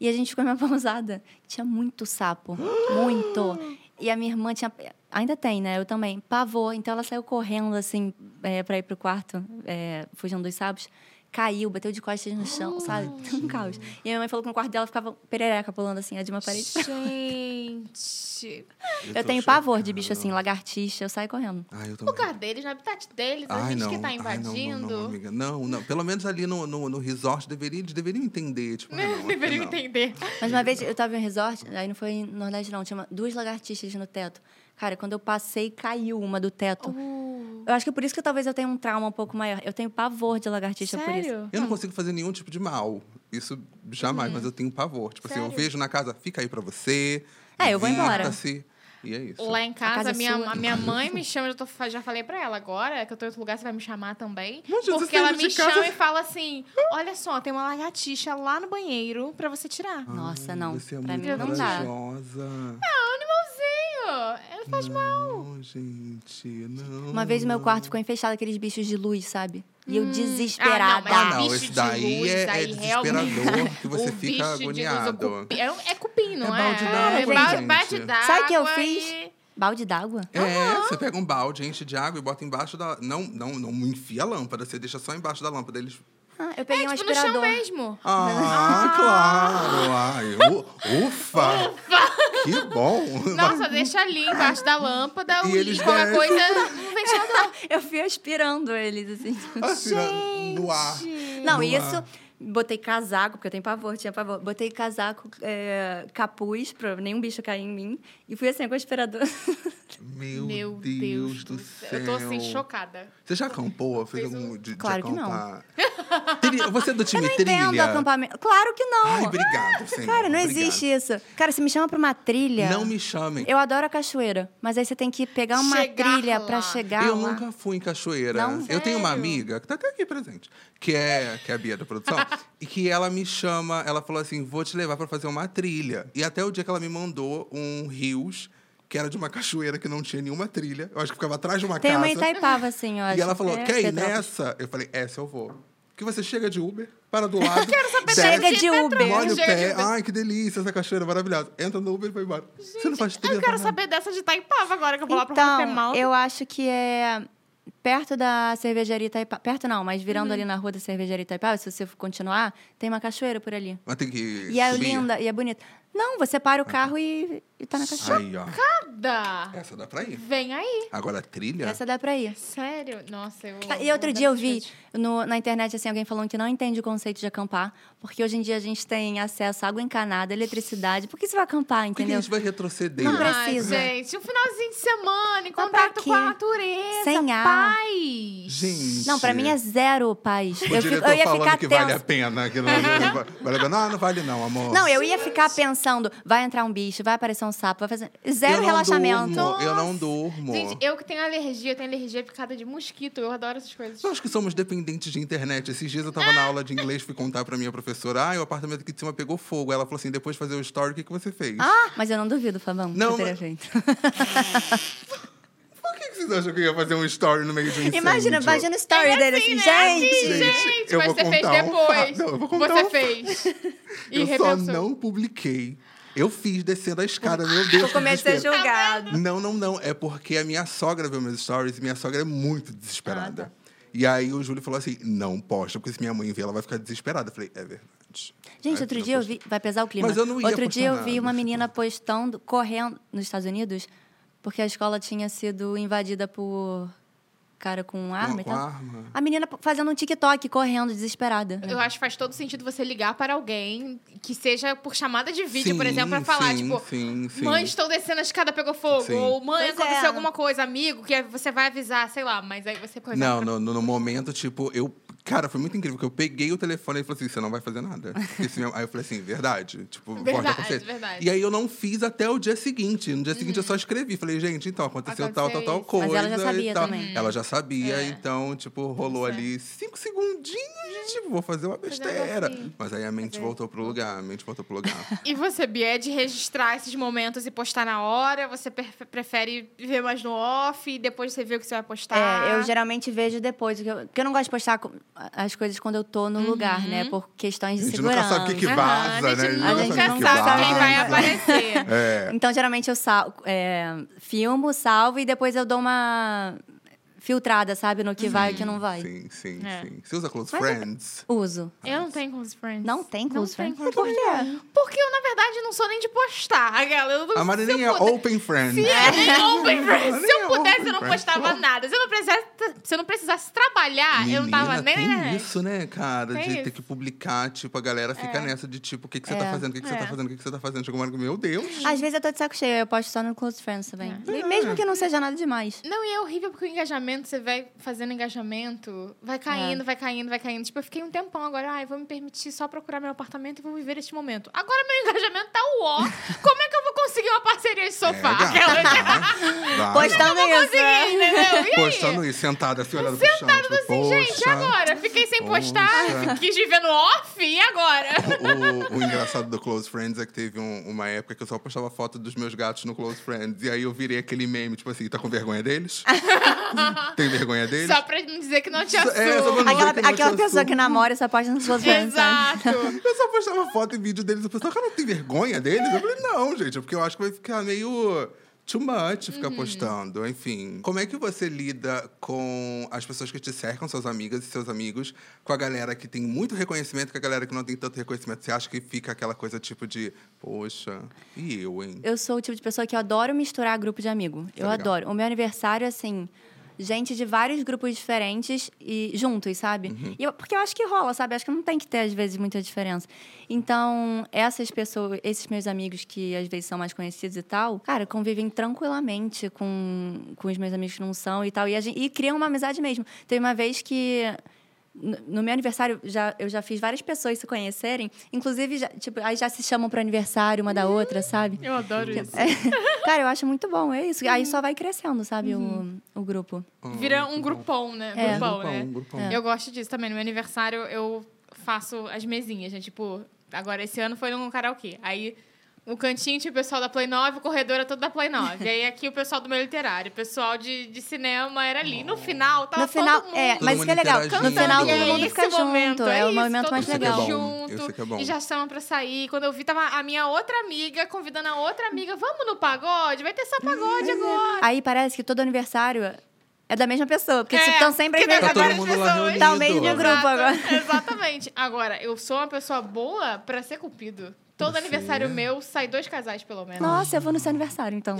E a gente ficou em uma pousada. Tinha muito sapo, muito. E a minha irmã tinha. Ainda tem, né? Eu também. Pavor. Então ela saiu correndo, assim, é, pra ir pro quarto, eh, fugindo dos sapos. Caiu, bateu de costas no chão, sabe? Um caos. E a minha mãe falou que no quarto dela ficava perereca pulando assim, a de uma parede.
Gente.
Eu,
tô
tenho
chocado.
pavor de bicho assim, lagartixa, eu saio correndo.
Ai, eu
O
também.
lugar deles, no habitat deles, a
Ai,
gente
não.
que tá
Ai, não, não,
invadindo.
não, amiga. Não, não. Pelo menos ali no, no, no resort deveria, eles deveriam entender. Tipo, ah, não, aqui
Deveriam
não.
entender.
Mas uma vez eu tava em um resort, aí não foi no Nordeste, não, tinha uma- duas lagartixas no teto. Cara, quando eu passei, caiu uma do teto. Eu acho que por isso que talvez eu tenha um trauma um pouco maior. Eu tenho pavor de lagartixa é por isso.
Sério?
Eu não consigo fazer nenhum tipo de mal. Isso jamais, mas eu tenho pavor. Tipo assim, eu
Uhum. Sério?
vejo na casa, fica aí pra você.
É, eu vou embora.
visita-se. E é isso.
Lá em casa, a,
casa é
minha,
sua.
a minha mãe me chama, eu tô- já falei pra ela agora, que eu tô em outro lugar, você vai me chamar também.
Mas você
porque ela
saindo
me
de casa-
chama e fala assim: olha só, tem uma lagartixa lá no banheiro pra você tirar.
Nossa,
Ai,
não.
Você é
pra
muito
mim não dá.
corajosa.
Animalzinho! Ela
Hum.
faz mal.
Não, gente, não.
Uma vez o meu quarto ficou enfechado aqueles bichos de luz, sabe? E eu
Ah, não,
desesperada.
mas
Ah, não,
bicho
esse
de
daí
luz,
é- é
daí
desesperador,
realmente-
que você
o
fica
bicho de luz, o
agoniado.
cupim- é um- é cupim, não
É
é?
balde
É,
d'água,
ba-
gente.
balde d'água.
Sabe o que eu
e- tipo,
fiz? Balde d'água?
É, você pega um balde, enche de água e bota embaixo da. Não, não, não enfia a lâmpada, você deixa só embaixo da lâmpada. Eles.
Ah, eu peguei
É,
um
tipo, no chão
aspirador.
mesmo.
Ah, claro! Ai, u- ufa! que bom!
Nossa, deixa ali embaixo da lâmpada
E
e,
eles
qualquer
descem.
coisa no ventilador.
eu fui aspirando eles, assim.
Assim, no ar.
Não,
No
isso.
ar.
Botei casaco, porque eu tenho pavor, tinha pavor. Botei casaco, é, capuz, pra nenhum bicho cair em mim. E fui assim, com a aspiradora.
Meu,
Meu
Deus, do céu.
Eu tô assim, chocada.
Você já acampou? Fez
Fez um-
algum de,
Claro
de
que não.
acampar? Trilha- Você é do
Eu
time
não entendo
trilha?
acampamento. Claro que não.
Ai, obrigado, senhor.
Cara, não
Obrigado.
existe isso. Cara, você me chama pra uma trilha.
Não me chamem.
Eu adoro a cachoeira, mas aí você tem que pegar uma
Chegar
trilha
lá.
pra chegar
Eu
lá.
nunca fui em cachoeira.
Não?
eu tenho uma
Sério?
amiga, que tá até aqui presente, que é, que é a Bia da produção, e que ela me chama, ela falou assim: vou te levar pra fazer uma trilha. E até o dia que ela me mandou um rios, que era de uma cachoeira que não tinha nenhuma trilha. Eu acho que ficava atrás de uma
Tem
casa.
uma Itaipava, assim, eu acho.
E ela falou:
É,
quer ir
Petrópolis.
nessa? Eu falei: essa eu vou. Que você chega de Uber, para do lado.
Chega
desce,
de Uber.
Molha o
Chega de
pé.
Uber.
Ai, que delícia essa cachoeira maravilhosa. Entra no Uber e vai embora. você não faz trilha.
Eu quero
não.
saber dessa de Taipava agora, que eu vou lá pra Café
Então,
Malta.
eu acho que é perto da cervejaria Itaipava. Perto não, mas virando ali na rua da cervejaria Itaipava, se você continuar, tem uma cachoeira por ali.
Mas tem que.
E é
subir.
linda, e é bonita. Não, você para
Ah.
o carro e, e tá na cachoeira.
Aí, ó.
Dá.
Essa dá pra ir.
Vem aí.
Agora, trilha?
Essa dá pra ir.
Sério? Nossa, eu...
Ah, E outro dia eu vi no- na internet, assim, alguém falando que não entende o conceito de acampar, porque hoje em dia a gente tem acesso à água encanada, eletricidade. Por que você vai
Por
acampar,
que que a
entendeu?
gente vai retroceder?
Não
Ai,
precisa.
gente, um finalzinho de semana, em
pra
contato com
quê?
a natureza,
Sem ar.
paz.
Gente.
Não, pra mim é zero paz.
O
Eu, fico-
diretor
eu ia
falando
ficar
que
tensa.
vale a pena. Que não, vale a pena. Não, não vale não, amor.
Não, é eu ia ficar pensando, vai entrar um bicho, vai aparecer um sapo, vai fazer. Zero
Eu não
relaxamento.
durmo, eu não durmo.
Gente, eu que tenho alergia, eu tenho alergia picada de mosquito, eu adoro essas coisas.
Tipo,
Nós que somos dependentes de internet. Esses dias eu tava na aula de inglês, fui contar pra minha professora. Ah, o apartamento aqui de cima pegou fogo. Ela falou assim, depois de fazer o story, o que, que você fez?
Ah!
Ah, mas eu não duvido, Fabão.
Não,
que eu teria
mas-
feito.
Por que, que você Vocês acham que eu ia fazer um story no meio de um incêndio?
Imagina, imagina o story
é
dele assim,
né?
gente.
né? Gente,
Gente, eu
mas
vou
você fez
contar um
depois.
fato. Não, eu vou contar
você
um
fez. E
Eu
repensou.
só não publiquei. Eu fiz descendo a escada, meu Deus.
Eu
que
comecei a
desespero.
julgado.
Não, não, não. É porque a minha sogra viu meus stories e minha sogra é muito
Ah,
desesperada.
tá.
E aí o Júlio falou assim: não posta, porque se minha mãe ver, ela vai ficar desesperada. Eu falei, é verdade.
Gente,
Aí
outro
não
dia eu
postei.
vi. Vai pesar o clima.
Mas eu não ia
Outro dia eu
postar
nada, vi uma
tipo.
menina postando, correndo nos Estados Unidos, porque a escola tinha sido invadida por cara com arma e
com
tal.
arma.
A menina fazendo um TikTok, correndo, desesperada.
Eu acho que faz todo sentido você ligar para alguém que seja por chamada de vídeo, por
Sim,
exemplo, pra falar,
sim,
tipo,
sim, sim.
mãe, estou descendo a escada, pegou fogo.
Sim.
Ou mãe,
Pois
aconteceu
é.
alguma coisa, amigo, que você vai avisar, sei lá, mas aí você coisa.
Não, no, no- no momento, tipo, eu. Cara, foi muito incrível, que eu peguei o telefone e ele falou assim: você não vai fazer nada. Porque se minha- Aí eu falei assim: verdade. Tipo, pode
Verdade,
acontecer.
verdade. Uhum.
E aí eu não fiz até o dia seguinte. No dia seguinte eu só escrevi. Falei, gente, então aconteceu, tal,
Aconteceu
tal, tal
isso.
coisa.
Mas ela já
e
sabia
tal.
também.
Ela já sabia,
É.
então, tipo, rolou
certo.
ali cinco segundinhos, tipo, vou fazer uma
Fazer um
besteira.
negocinho.
Mas aí a mente voltou pro lugar, a mente voltou pro lugar.
E você, Bia, é de registrar esses momentos e postar na hora? Você per- prefere ver mais no off e depois você vê o que você vai postar?
É, eu geralmente vejo depois. Porque eu, porque eu não gosto de postar co- as coisas quando eu tô no lugar, né? Por questões
A
de
gente
segurança.
nunca sabe o que, que
Aham,
vaza, né?
a
nunca
gente
A gente
nunca
o que
nunca
sabe
sabe
quem vai
nada.
aparecer.
É.
Então, geralmente eu sal, é, filmo, salvo e depois eu dou uma filtrada, sabe? No que vai e o que não vai.
Sim, sim,
É.
sim. Você usa Close
Mas eu-
Friends?
Uso.
Eu não tenho close friends.
Não tem
Não
close
tenho
friends? Por quê?
Porque eu, na verdade, não sou nem de postar. A galera
A
se
Marilinha
eu
é
puder-
open friend.
Sim, é nem open friends. Se eu
Marilinha é
pudesse,
open
eu não
friends.
postava nada. Se eu não precisasse, se eu não precisasse trabalhar, Ah, eu não tava nem na
Menina, tem
internet.
isso, né, cara?
Tem
de
isso.
ter que publicar, tipo, a galera fica nessa de tipo, o que, que você tá
É.
fazendo? O que, que você
É.
tá fazendo? O que, que você tá fazendo? Chega uma hora que, meu Deus.
Às vezes eu tô de saco cheio, eu posto só no Close Friends também. E Mesmo que não seja nada demais.
Não, e é horrível porque o engajamento, você vai fazendo engajamento,
É.
vai caindo, vai caindo, vai caindo. Tipo, eu fiquei um tempão agora, ai, vou me permitir só procurar meu apartamento e vou viver este momento. Agora meu engajamento tá uó. Como é que eu vou conseguir uma parceria de
É,
sofá?
gata,
Aquela-
vai, vai.
Postando isso. né?
Entendeu? E aí?
Postando isso, sentada assim, olhando pro chão. Tipo,
Assim, gente,
poxa.
agora? Fiquei sem postar,
Poxa.
quis viver no off, e agora?
O, o engraçado do Close Friends é que teve um- uma época que eu só postava foto dos meus gatos no Close Friends. E aí eu virei aquele meme, tipo assim, tá com vergonha deles? Tem vergonha deles?
Só pra não dizer que não tinha
Só-
assunto.
é, só pra não dizer
Aquela,
que não
aquela
tinha
pessoa
assunto.
que namora e só posta no Close Friends, sabe?
Exato.
Eu só postava foto e vídeo deles. O pessoal, cara, não tem vergonha deles? Eu falei, não, gente, é porque eu acho que vai ficar meio too much ficar
Uhum.
postando. Enfim, como é que você lida com as pessoas que te cercam, suas amigas e seus amigos, com a galera que tem muito reconhecimento, com a galera que não tem tanto reconhecimento? Você acha que fica aquela coisa tipo de, poxa, e eu, hein?
Eu sou o tipo de pessoa que eu adoro misturar grupo de amigo. eu
legal.
adoro. O meu aniversário, assim, gente de vários grupos diferentes e juntos, sabe? E eu- porque eu acho que rola, sabe? Acho que não tem que ter, às vezes, muita diferença. Então, essas pessoas, esses meus amigos que às vezes são mais conhecidos e tal, cara, convivem tranquilamente com, com os meus amigos que não são e tal. E, a gente, e criam uma amizade mesmo. Teve uma vez que no no meu aniversário, já, eu já fiz várias pessoas se conhecerem. Inclusive, já, tipo, aí já se chamam para aniversário uma da outra, sabe?
Eu adoro isso.
É. Cara, eu acho muito bom, é isso. Aí só vai crescendo, sabe,
Uhum.
o, o grupo.
Vira um grupão, né?
É.
Grupão,
Ah, Grupão,
né?
grupão.
Eu gosto disso também. No meu aniversário, eu faço as mesinhas, né? Tipo, agora esse ano foi num karaokê. Aí, o cantinho tinha o pessoal da Play 9, o corredor era todo da Play 9. aí, aqui o pessoal do meu literário, o pessoal de, de cinema era ali. No final, tava
no final,
Tá todo mundo...
é, mas isso que é legal.
interagindo.
No final,
E é
todo mundo
esse
fica junto.
momento,
é o
isso,
movimento
todo
mais
mundo
legal.
bom.
junto,
Esse aqui é bom.
E já chama pra sair. Quando eu vi, tava a minha outra amiga convidando a outra amiga. Vamos no pagode? Vai ter só pagode
Uhum.
agora.
Aí parece que todo aniversário é da mesma pessoa, porque
É,
estão sempre
porque
Tá
agora
todo
as
mundo lá
pessoas-
reunido.
Tá o mesmo grupo
Exato,
agora.
Exatamente. Agora, eu sou uma pessoa boa pra ser cupido. Todo
Você
aniversário
é.
meu sai dois casais, pelo menos.
Nossa, eu vou no seu aniversário, então.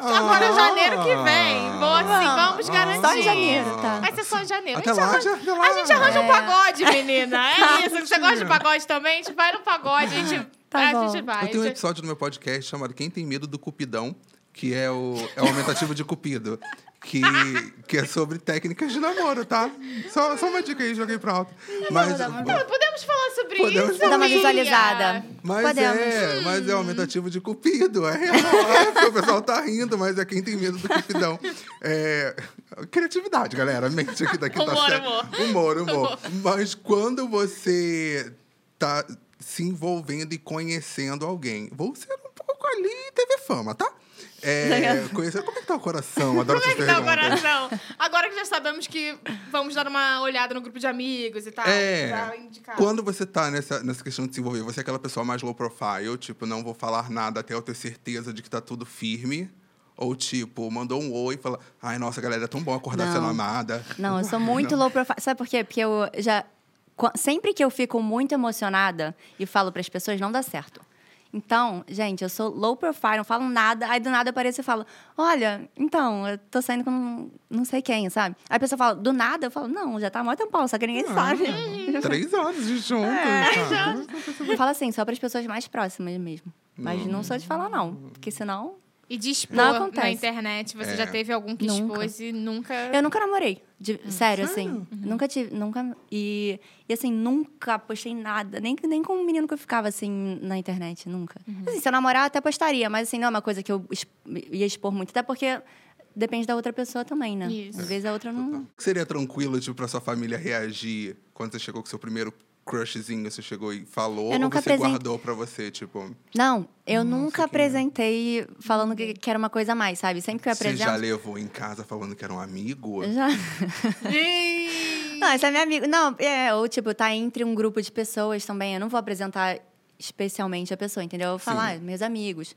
Agora, é
Ah!
janeiro que vem. Vou assim, vamos garantir.
Só em janeiro, tá.
Vai ser só em janeiro.
Até
a, gente
lá,
arranja,
já- até lá.
a gente arranja um
É.
pagode, menina. É isso. Você
Mentira.
gosta de pagode também? A gente vai no pagode. A gente,
Tá
a
bom.
gente vai.
Eu tenho um
A gente-
episódio no meu podcast chamado Quem Tem Medo do Cupidão, que é o, é o aumentativo de Cupido. Que, que é sobre técnicas de namoro, tá? Só, só uma dica aí, joguei pra alto. Mas,
Não, podemos falar sobre
Podemos
isso?
falar.
Dá uma
amiga?
visualizada.
mas
Podemos.
é, mas
Hum.
é o aumentativo de Cupido. É real, é, porque o pessoal tá rindo, mas é quem tem medo do Cupidão. É, criatividade, galera. Mente aqui daqui
Humor,
tá certo.
humor.
Humor, humor. Mas quando você tá se envolvendo e conhecendo alguém, vou ser um pouco ali TV fama, tá? É, conhecer... Como é que tá o coração? Adoro
Como
essas
é que tá o
perguntas.
coração? Agora que já sabemos que vamos dar uma olhada no grupo de amigos e tal. pra
É.
indicar.
Quando você tá nessa, nessa questão de se envolver, você é aquela pessoa mais low profile, tipo, não vou falar nada até eu ter certeza de que tá tudo firme. Ou, tipo, mandou um oi e fala: Ai, nossa, galera, é tão bom acordar
Não.
sendo amada.
Não, eu sou muito low profile. Sabe por quê? Porque eu já. qu- Sempre que eu fico muito emocionada e falo para as pessoas, não dá certo. Então, gente, eu sou low profile, não falo nada. Aí do nada eu apareço e falo: Olha, então, eu tô saindo com não sei quem, sabe? Aí a pessoa fala: Do nada? Eu falo: Não, já tá mó tempão, só que ninguém sabe.
Três horas de junto.
É,
Então, tá, sabe?
Fala assim, só para as pessoas mais próximas mesmo. Mas não sou de falar, não. Porque senão.
E de expor
Não
na
acontece.
internet, você
É.
já teve algum que
Nunca.
expôs e nunca.
Eu nunca namorei. de- sério, assim. Nunca tive. Nunca. E, e assim, nunca postei nada. Nem, nem com um menino que eu ficava assim na internet, nunca. Assim, se eu namorar, até postaria, mas assim, não é uma coisa que eu exp- ia expor muito. Até porque depende da outra pessoa também, né?
Isso.
Às vezes a outra não.
O tá. que seria tranquilo, tipo, pra sua família reagir quando você chegou com seu primeiro crushzinho? Você chegou e falou,
Eu
ou
nunca
você
apresentei.
guardou pra você, tipo,
Não, eu nunca apresentei falando que, que era uma coisa a mais, sabe? Sempre que eu
você já
apresento.
levou em casa falando que era um amigo?
já...
Ih!
Não, esse é meu amigo. Não, é, ou tipo, tá entre um grupo de pessoas também. Eu não vou apresentar especialmente a pessoa, entendeu? Eu vou falar, "Ah, meus amigos.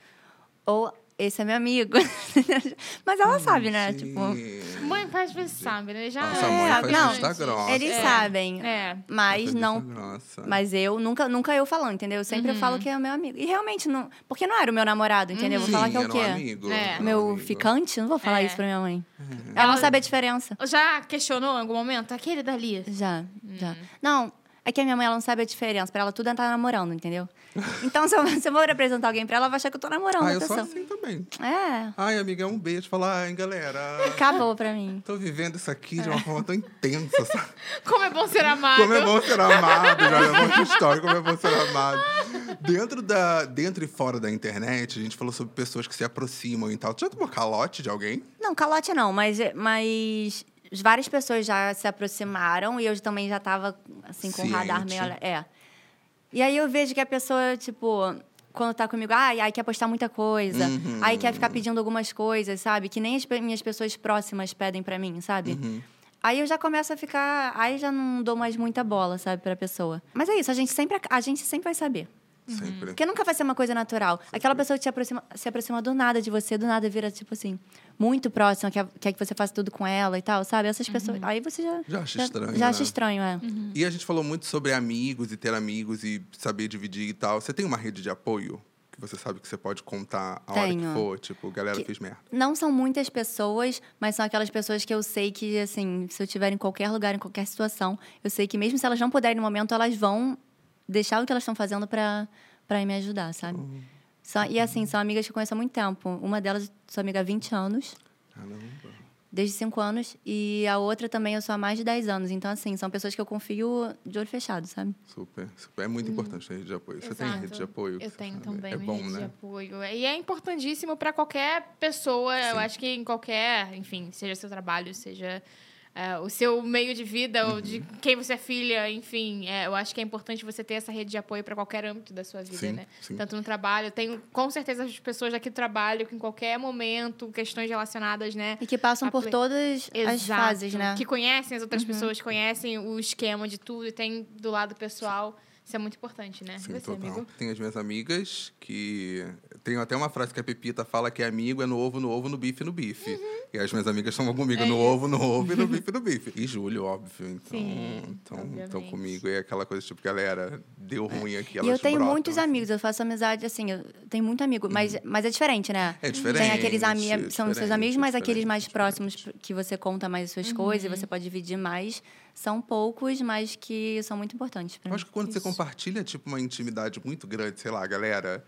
Ou esse é meu amigo. Mas ela sabe, né? Tipo.
Sim.
Mãe, pai, às vezes sabe, né? Já.
Nossa, a mãe
É,
faz
não,
vista grossa.
Eles
É.
sabem.
É.
Mas
Faz
não.
vista grossa.
Mas eu nunca, nunca eu falando, entendeu? Eu sempre
Uhum.
falo que é o meu amigo. E realmente não. Porque não era o meu namorado, entendeu? Eu Vou falar
Sim,
que é o
era
quê?
um amigo,
É.
era um
Meu
amigo.
ficante? Não vou falar
É.
isso pra minha mãe. Ela não sabe a diferença.
Já questionou em algum momento? Aquele dali.
Já, já. Não, é que a minha mãe ela não sabe a diferença. Pra ela, tudo é estar namorando, entendeu? Então, se eu, se eu for apresentar alguém pra ela, ela vai achar que eu tô namorando
Ah,
a
eu sou
pessoa.
assim também.
É,
Ai, amiga, um beijo. Falar, ai, galera,
acabou pra mim.
tô vivendo isso aqui
É.
de uma forma tão intensa, sabe?
Como é bom ser amado.
Como é bom ser amado, já é uma história, como é bom ser amado. Dentro, da, dentro e fora da internet, a gente falou sobre pessoas que se aproximam e tal. Tu já tomou calote de alguém?
Não, calote não, mas, mas várias pessoas já se aproximaram e eu também já tava, assim, com o radar
Ciente.
meio... ale- É. E aí eu vejo que a pessoa, tipo, quando tá comigo, ai, ai, quer postar muita coisa, aí quer ficar pedindo algumas coisas, sabe? Que nem as pe- minhas pessoas próximas pedem pra mim, sabe? Aí eu já começo a ficar, aí já não dou mais muita bola, sabe, pra pessoa. Mas é isso, a gente sempre, a gente sempre vai saber.
Sempre.
Porque nunca vai ser uma coisa natural. Aquela pessoa que te aproxima- se aproxima do nada de você, do nada vira, tipo assim, muito próxima, quer, quer que você faça tudo com ela e tal, sabe? Essas pessoas. Aí você já.
Uhum. Já acha estranho,
Já acha
né?
estranho, é.
E a gente falou muito sobre amigos e ter amigos e saber dividir e tal. Você tem uma rede de apoio? Que você sabe que você pode contar a hora que
Tenho.
for? Tipo, galera,
Que-
fez merda.
Não são muitas pessoas, mas são aquelas pessoas que eu sei que, assim, se eu estiver em qualquer lugar, em qualquer situação, eu sei que mesmo se elas não puderem no momento, elas vão deixar o que elas estão fazendo pra, pra me ajudar, sabe?
Uhum.
São- e assim, são amigas que eu conheço há muito tempo. Uma delas, sou amiga há 20 anos.
Ah, Caramba.
desde 5 anos. E a outra também eu sou há mais de 10 anos. Então, assim, são pessoas que eu confio de olho fechado, sabe?
Super, super. É muito importante a rede de apoio. Você tem
Hum. Exato.
rede de apoio?
Eu
Você
tenho
sabe?
também
É
minha
bom,
rede de
né?
apoio. E é importantíssimo para qualquer pessoa, eu
Sim.
acho que em qualquer, enfim, seja seu trabalho, seja é, o seu meio de vida, ou de
Uhum.
quem você é filha, enfim, é, eu acho que é importante você ter essa rede de apoio para qualquer âmbito da sua vida,
Sim,
né?
sim.
Tanto no trabalho, eu tenho com certeza as pessoas daqui do trabalho que em qualquer momento, questões relacionadas, né?
E que passam
A
por
ple-
todas as
Exato.
fases, né?
Que conhecem as outras pessoas, conhecem o esquema de tudo e tem do lado pessoal. Isso é muito importante, né?
Sim,
E você,
total.
amigo?
Tem as minhas amigas que. Tem até uma frase que a Pepita fala que é amigo é no ovo, no ovo, no bife, no bife.
Uhum.
E as minhas amigas estão
É
comigo no ovo, no ovo e no bife, no bife. E Júlio, óbvio. Então,
Sim,
então,
obviamente. É.
então comigo. E é aquela coisa tipo, galera, deu ruim aqui.
E
Elas
eu tenho
brotam. né? Uhum.
muitos amigos, eu faço amizade assim, eu tenho muito amigo, mas, mas é diferente, né?
É diferente,
Tem aqueles amigos, são seus
diferente, é
amigos, mas
diferente,
aqueles mais
diferente.
próximos que você conta mais as suas
Uhum.
coisas e você pode dividir mais, são poucos, mas que são muito importantes pra
Eu
mim.
acho que quando você compartilha, tipo, uma intimidade muito grande, sei lá, galera,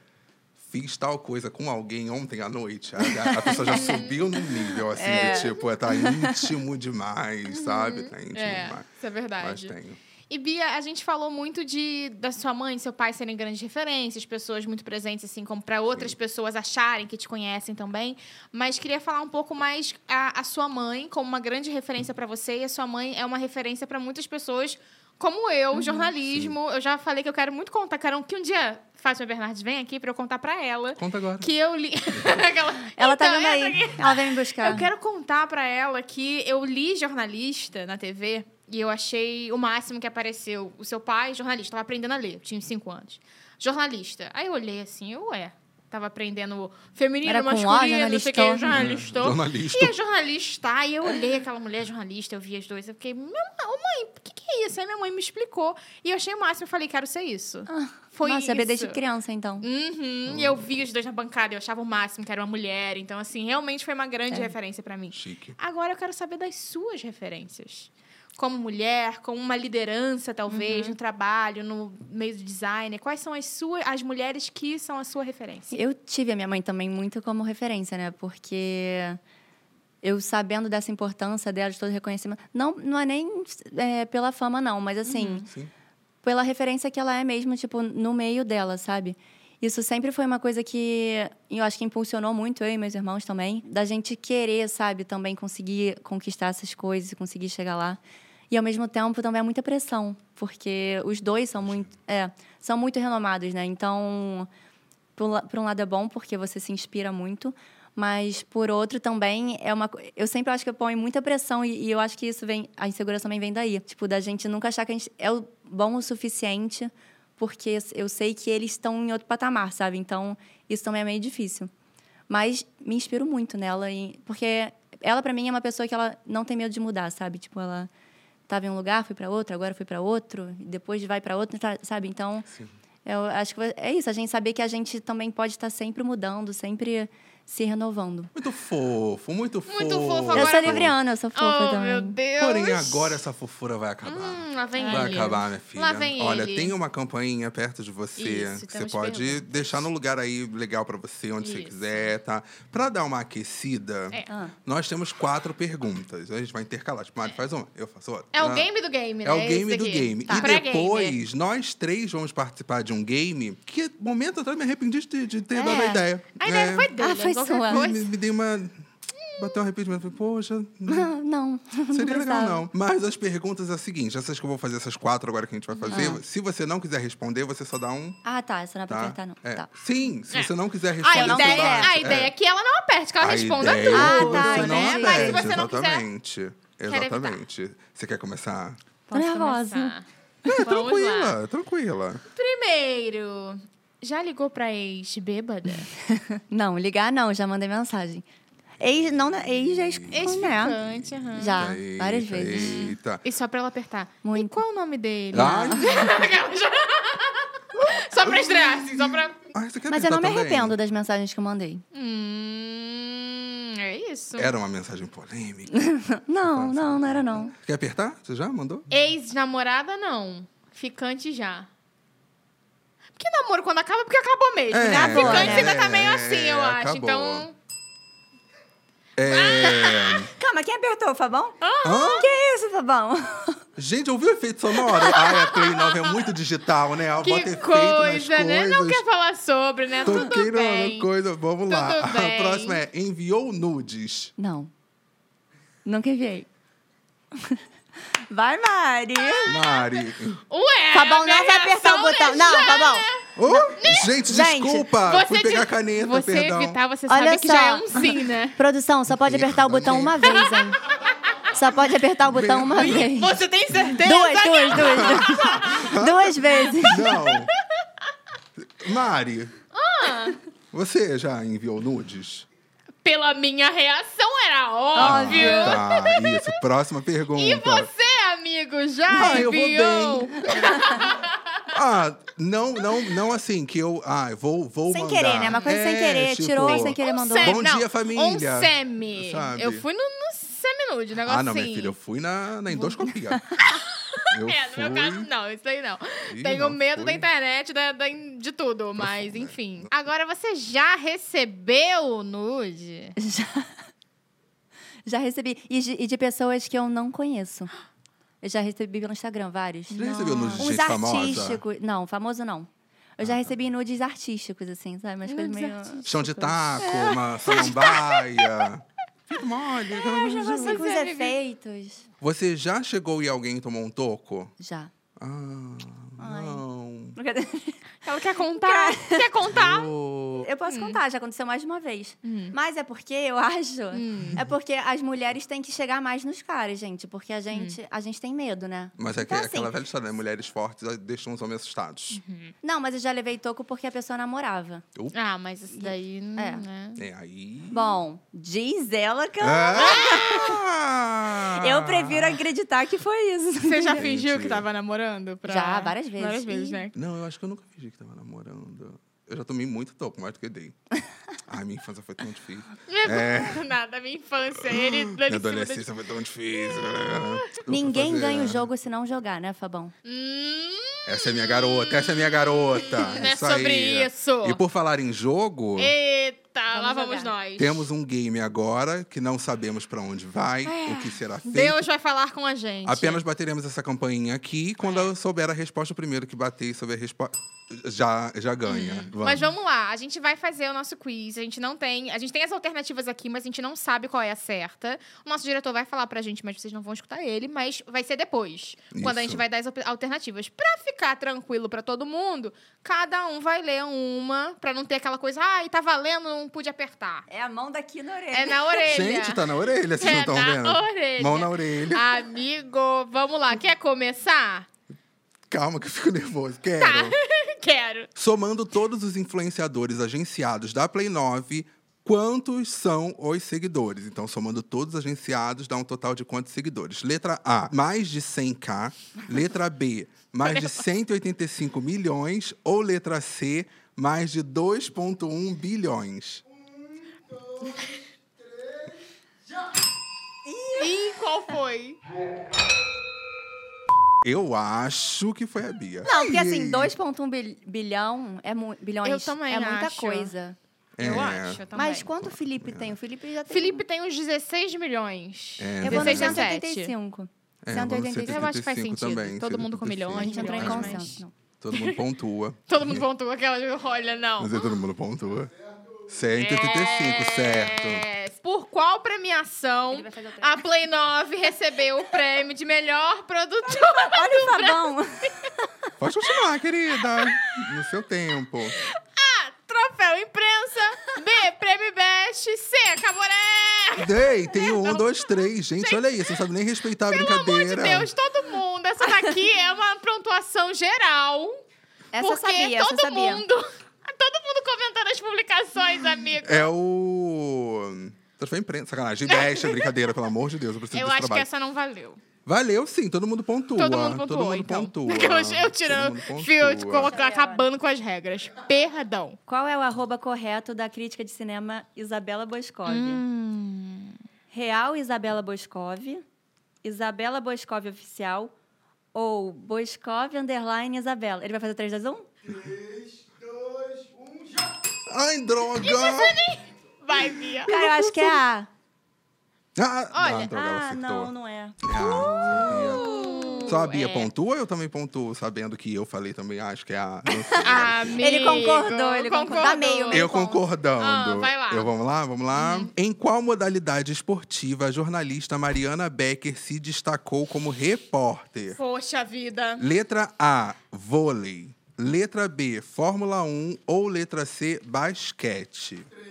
fiz tal coisa com alguém ontem à noite, a, a
É.
pessoa já subiu num nível, assim, de, tipo, é, tá íntimo demais, sabe? Tá íntimo
É,
demais.
isso é
Mas
verdade.
tenho.
E Bia, a gente falou muito de da sua mãe e seu pai serem grandes referências, pessoas muito presentes, assim, como para outras pessoas acharem que te conhecem também. Mas queria falar um pouco mais a, a sua mãe como uma grande referência para você. E a sua mãe é uma referência para muitas pessoas como eu,
Uhum.
jornalismo, eu já falei que eu quero muito contar. Quero que um dia Fátima Bernardes vem aqui pra eu contar pra ela.
Conta agora.
Que eu li. Aquela-
Ela tá
Então,
vindo
entra
aí.
aqui.
Ela vem me buscar.
Eu quero contar pra ela que eu li jornalista na TV e eu achei o máximo que apareceu. O seu pai, jornalista, tava aprendendo a ler, eu tinha uns 5 anos. Jornalista. Aí eu olhei assim, eu é. Tava aprendendo feminino,
Era com O,
masculino, não sei o que, jornalista.
jornalistou.
Jornalista.
E a jornalista, aí eu olhei aquela mulher jornalista, eu vi as duas, eu fiquei, minha mãe, ô, mãe, o que, que é isso? Aí minha mãe me explicou. E eu achei o máximo, eu falei, quero ser isso. Foi
Nossa,
isso.
é bebê desde criança, então.
Uhum, E eu vi os dois na bancada, eu achava o máximo que era uma mulher. Então, assim, realmente foi uma grande
É.
referência pra mim.
Chique.
Agora eu quero saber das suas referências. Como mulher, como uma liderança, talvez,
Uhum.
no trabalho, no meio do design. Quais são as suas, as mulheres que são a sua referência?
Eu tive a minha mãe também muito como referência, né? Porque eu sabendo dessa importância dela, de todo o reconhecimento. Não, não é nem é, pela fama, não, mas assim,
Sim.
pela referência que ela é mesmo, tipo, no meio dela, sabe? Isso sempre foi uma coisa que eu acho que impulsionou muito eu e meus irmãos também, da gente querer, sabe, também conseguir conquistar essas coisas e conseguir chegar lá. E ao mesmo tempo também é muita pressão, porque os dois são muito, é, são muito renomados, né? Então, por, la- por um lado é bom porque você se inspira muito, mas por outro também é uma. co- Eu sempre acho que eu ponho muita pressão e, e eu acho que isso vem. A insegurança também vem daí. Tipo, da gente nunca achar que a gente é o- bom o suficiente, porque eu sei que eles estão em outro patamar, sabe? Então, isso também é meio difícil. Mas me inspiro muito nela, e- porque ela, para mim, é uma pessoa que ela não tem medo de mudar, sabe? Tipo, ela estava em um lugar, foi para outro, agora foi para outro, e depois vai para outro, tá- sabe? Então, eu acho que é isso, a gente saber que a gente também pode estar sempre mudando, sempre se renovando.
Muito fofo, muito fofo.
Muito fofo,
eu
Agora
sou
vamos-
libriana, eu sou fofa
Oh,
também.
meu Deus!
Porém, agora essa fofura vai acabar.
Hum, lá vem
Vai
ele.
acabar, minha filha.
né, Lá vem
Olha,
ele.
tem uma campainha perto de você
Isso,
que você
temos
pode
perguntas.
deixar no lugar aí legal pra você, onde você
Isso.
quiser, tá? Pra dar uma aquecida,
É.
Ah.
nós temos quatro perguntas. A gente vai intercalar. Tipo, Mari faz uma, eu faço outra.
É o
Ah,
game do game, né?
É o game
Esse
do
aqui.
game.
Tá.
E
Pré-game.
depois, nós três vamos participar de um game que, momento atrás, me arrependi de, de ter
É.
dado a ideia.
A ideia
É,
foi dele.
Ah, foi
qualquer
sua.
coisa.
Me, me dei uma... Bateu um arrependimento. Falei, poxa,
Ah, Não, não
Seria legal,
precisava.
não. Mas as perguntas é a seguinte: essas que eu vou fazer, essas quatro agora que a gente vai fazer, se você não quiser responder, você só dá um.
Ah, tá, essa não é Ah. pra
Tá?
apertar, não.
É.
Tá.
Sim, se
É.
você não quiser
A
responder, você
ideia,
dá.
a ideia é que ela não aperte, que ela
A
responda
ideia é
tudo. né?
que
tudo, Ah,
você
tá,
não
entendi.
Mas se você não quiser.
exatamente.
evitar.
exatamente. Você quer começar?
Tô nervosa.
começar.
É,
Vamos lá.
tranquila, tranquila.
Primeiro, já ligou pra ex bêbada?
Não, ligar não, já mandei mensagem. Ex, não, né? ex já escutou, né?
Ex-ficante, aham.
Já, várias
Eita,
vezes.
Eita.
E só pra ela apertar. E
Muito.
qual o nome dele?
Ai,
Só pra estrear, assim, só pra...
ai, você quer
Mas eu não me
tentar também?
arrependo das mensagens que eu mandei.
Hum, é isso.
Era uma mensagem polêmica.
Não, não, não era não.
Quer apertar? Você já mandou?
Ex-namorada, não. Ficante, já. Porque namoro, quando acaba, porque acabou mesmo,
É,
né? A
acabou,
ficante
né?
ainda tá meio assim, eu
É,
acho.
acabou.
Então...
É.
Calma, quem apertou, Fabão?
Ah!
Hã?
Que isso, Fabão?
Gente, ouviu o efeito sonoro? Ai, a Play 9 é muito digital, né? Ela bota
Que
efeito nas
coisa, né? Não
coisas.
quer falar sobre, né?
Tô
Tudo
queirando
bem.
coisa. Vamos lá.
Tudo bem.
A próxima é enviou nudes.
Não. Nunca enviei. Vai, Mari.
Mari.
Ué,
Fabão,
minha
Tá não vai apertar
reação
o botão.
é
Não, tá
já-
Fabão.
Oh, gente,
Gente,
desculpa.
né? Você
Fui pegar
de-
a caneta,
Você
perdão.
evitar, você
Olha
sabe que já
só.
é um sim, né?
Produção, só pode apertar o botão uma vez, hein? Só pode apertar o botão uma vez.
Você tem certeza?
Duas, duas, duas. Duas vezes.
Não. Mari.
Ah.
Você já enviou nudes?
Pela minha reação, era óbvio.
Tá, isso. Próxima pergunta.
Ah, E você, amigo, já
Ah, eu vou
enviou?
bem. Ah, não, não, não assim, que eu. Ah, eu vou, vou
Sem
mandar.
querer, né? Uma coisa sem
É,
querer.
tipo,
Tirou sem querer, mandou.
um semi,
Bom
não,
dia, família.
Um semi.
Sabe?
Eu fui no, no semi-nude, um negócio
Ah, não,
assim.
minha filha, eu fui na, na endoscopia. Eu
É, no meu
fui-
caso, não, isso aí não.
Ih,
Tenho
não,
medo
foi.
da internet, da, da- de tudo, mas
né?
enfim. Agora, você já recebeu nude?
Já, já recebi. E de, e de pessoas que eu não conheço. Eu já recebi pelo Instagram vários.
Já recebeu nudes de
Uns
gente famosa? Ah, tá.
artísticos. Não, famoso não. Eu já recebi nudes artísticos, assim, sabe? Umas coisas meio.
Hum, Chão
tipo-
de taco, uma samambaia. Fica mole.
é Uns negócios com os efeitos.
Você já chegou e alguém tomou um toco?
Já.
Ah, não.
Brincadeira.
Ela quer contar? quer contar?
Pô,
Eu posso contar, já aconteceu mais de uma vez. Mas é porque eu acho. É porque as mulheres têm que chegar mais nos caras, gente. Porque a gente, a gente tem medo, né?
Mas é que-
Então,
é aquela
assim,
velha história, né? Mulheres fortes ah, deixam os homens assustados.
Não, mas eu já levei toco porque a pessoa namorava.
Ah, mas isso daí, né?
É, aí... É!
Bom, diz ela que eu-
Ah!
né? eu prefiro acreditar que foi isso.
Você já
Gente.
fingiu que tava namorando? Pra...
Já, várias vezes.
Várias vezes, né?
Não, eu acho que eu nunca fingi que tava namorando. Eu já tomei muito toco, mais do que eu dei. Ai, minha infância foi tão difícil. É.
Nada, minha infância. Ele dando em
Minha
cima da-
adolescência foi tão difícil. Eu vou
Ninguém
fazer-
ganha o jogo se não jogar, né, Fabão?
Hum,
Essa é minha garota, essa é minha garota.
não é sobre
aí.
isso.
E por falar em jogo,
Eita, lá
Vamos
vamos
jogar.
nós.
temos um game agora que não sabemos pra onde vai,
É.
o que será feito.
Deus vai falar com a gente.
Apenas bateremos essa campainha aqui. Quando eu souber a resposta, o primeiro que bater e souber a resposta já, já ganha. Vamos.
Hum. Mas vamos lá, a gente vai fazer o nosso quiz. A gente não tem. A gente tem as alternativas aqui, mas a gente não sabe qual é a certa. O nosso diretor vai falar pra gente, mas vocês não vão escutar ele, mas vai ser depois. Quando a
Isso.
gente vai dar as op- alternativas. Pra ficar tranquilo pra todo mundo, cada um vai ler uma, pra não ter aquela coisa, ai, tá valendo, não pude apertar.
É a mão daqui na orelha.
É na orelha.
Gente, tá na orelha, vocês não
É
estão
na
vendo?
orelha.
Mão na orelha.
Amigo, vamos lá, quer começar?
Calma que eu fico nervoso. Quero.
Tá. Quero.
Somando todos os influenciadores agenciados da Play 9, quantos são os seguidores? Então, somando todos os agenciados, dá um total de quantos seguidores? Letra A, mais de 100k. Letra B, mais de 185 milhões. Ou letra C, mais de 2,1 bilhões.
Ih, qual foi?
Eu acho que foi a Bia.
Não, porque assim, 2,1 bil- bilhão é mu- bilhões
Eu também
é muita
acho.
coisa.
Eu
É.
acho também.
Mas quanto o Felipe tem? O Felipe já tem.
Felipe tem uns 16 milhões.
É,
eu vou no
16, 17.
185.
É, vamos
185.
Eu acho que faz
75
sentido.
também,
Todo mundo com
75.
milhões,
A gente entrou em
Mas-
consenso. não.
Todo mundo pontua.
Todo mundo pontua aquela olha, não.
Mas aí todo mundo pontua. 185, certo.
É, por qual premiação
Ele vai fazer outra.
a Play 9 recebeu o prêmio de melhor produtor?
Olha o Fabão!
Pode continuar, querida. No seu tempo.
A, Troféu imprensa. B. Prêmio Best. C. Caboré.
Dei, tem um, dois, três. Gente, olha isso. Não sabe nem respeitar a
Pelo amor de
brincadeira.
Deus, todo mundo. Essa daqui é uma pontuação geral.
Essa eu
porque
sabia, essa
todo
eu sabia.
mundo. Todo mundo comentando as publicações, amigo.
É o. Troféu imprensa, sacanagem. Besta, brincadeira, pelo amor de Deus. Eu preciso
Eu
desse
acho que
é trabalho.
essa não valeu.
Valeu, sim. Todo mundo pontua.
Todo mundo pontuou,
Todo mundo
então.
pontua.
Aquelas- Eu
Todo
tirando,
mundo pontua.
fio, tipo,
é
colocando, acabando com as regras. Perdão.
Qual é o arroba correto da crítica de cinema Isabela Boscov? Real Isabela Boscov, Isabela Boscov Oficial ou Boscov Underline Isabela. Ele vai fazer um? 3, 2, 1?
Ai, droga!
Vai, Bia.
Cara, eu acho que é A.
Ah, ah,
Olha,
droga, ela
ah,
acertou.
não, não é.
Ah, sabia. Só a Bia
é.
pontua ou eu também pontuo? Sabendo que eu falei também, acho que é a. não sei.
Amigo,
Ele concordou, ele concordou. Dá meio, meio.
Eu concordando.
Então, Ah, vai lá. Hum.
Eu, vamos lá, vamos lá. Em qual modalidade esportiva a jornalista Mariana Becker se destacou como repórter?
Poxa vida.
Letra A, vôlei. Letra B, Fórmula 1 ou letra C, basquete? 3,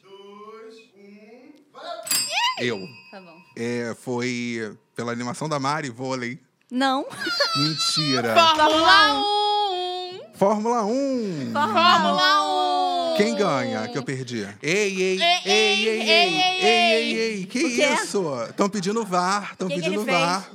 2, 1. Eu.
Tá bom.
É, foi pela animação da Mari, vôlei.
Não.
Mentira.
Fórmula 1.
Fórmula 1.
Fórmula 1.
Quem ganha que eu perdi? Ei, ei, ei, ei, ei, ei, ei, ei, Que
quê?
isso? Estão pedindo VAR, estão
que que
pedindo
ele fez?
VAR.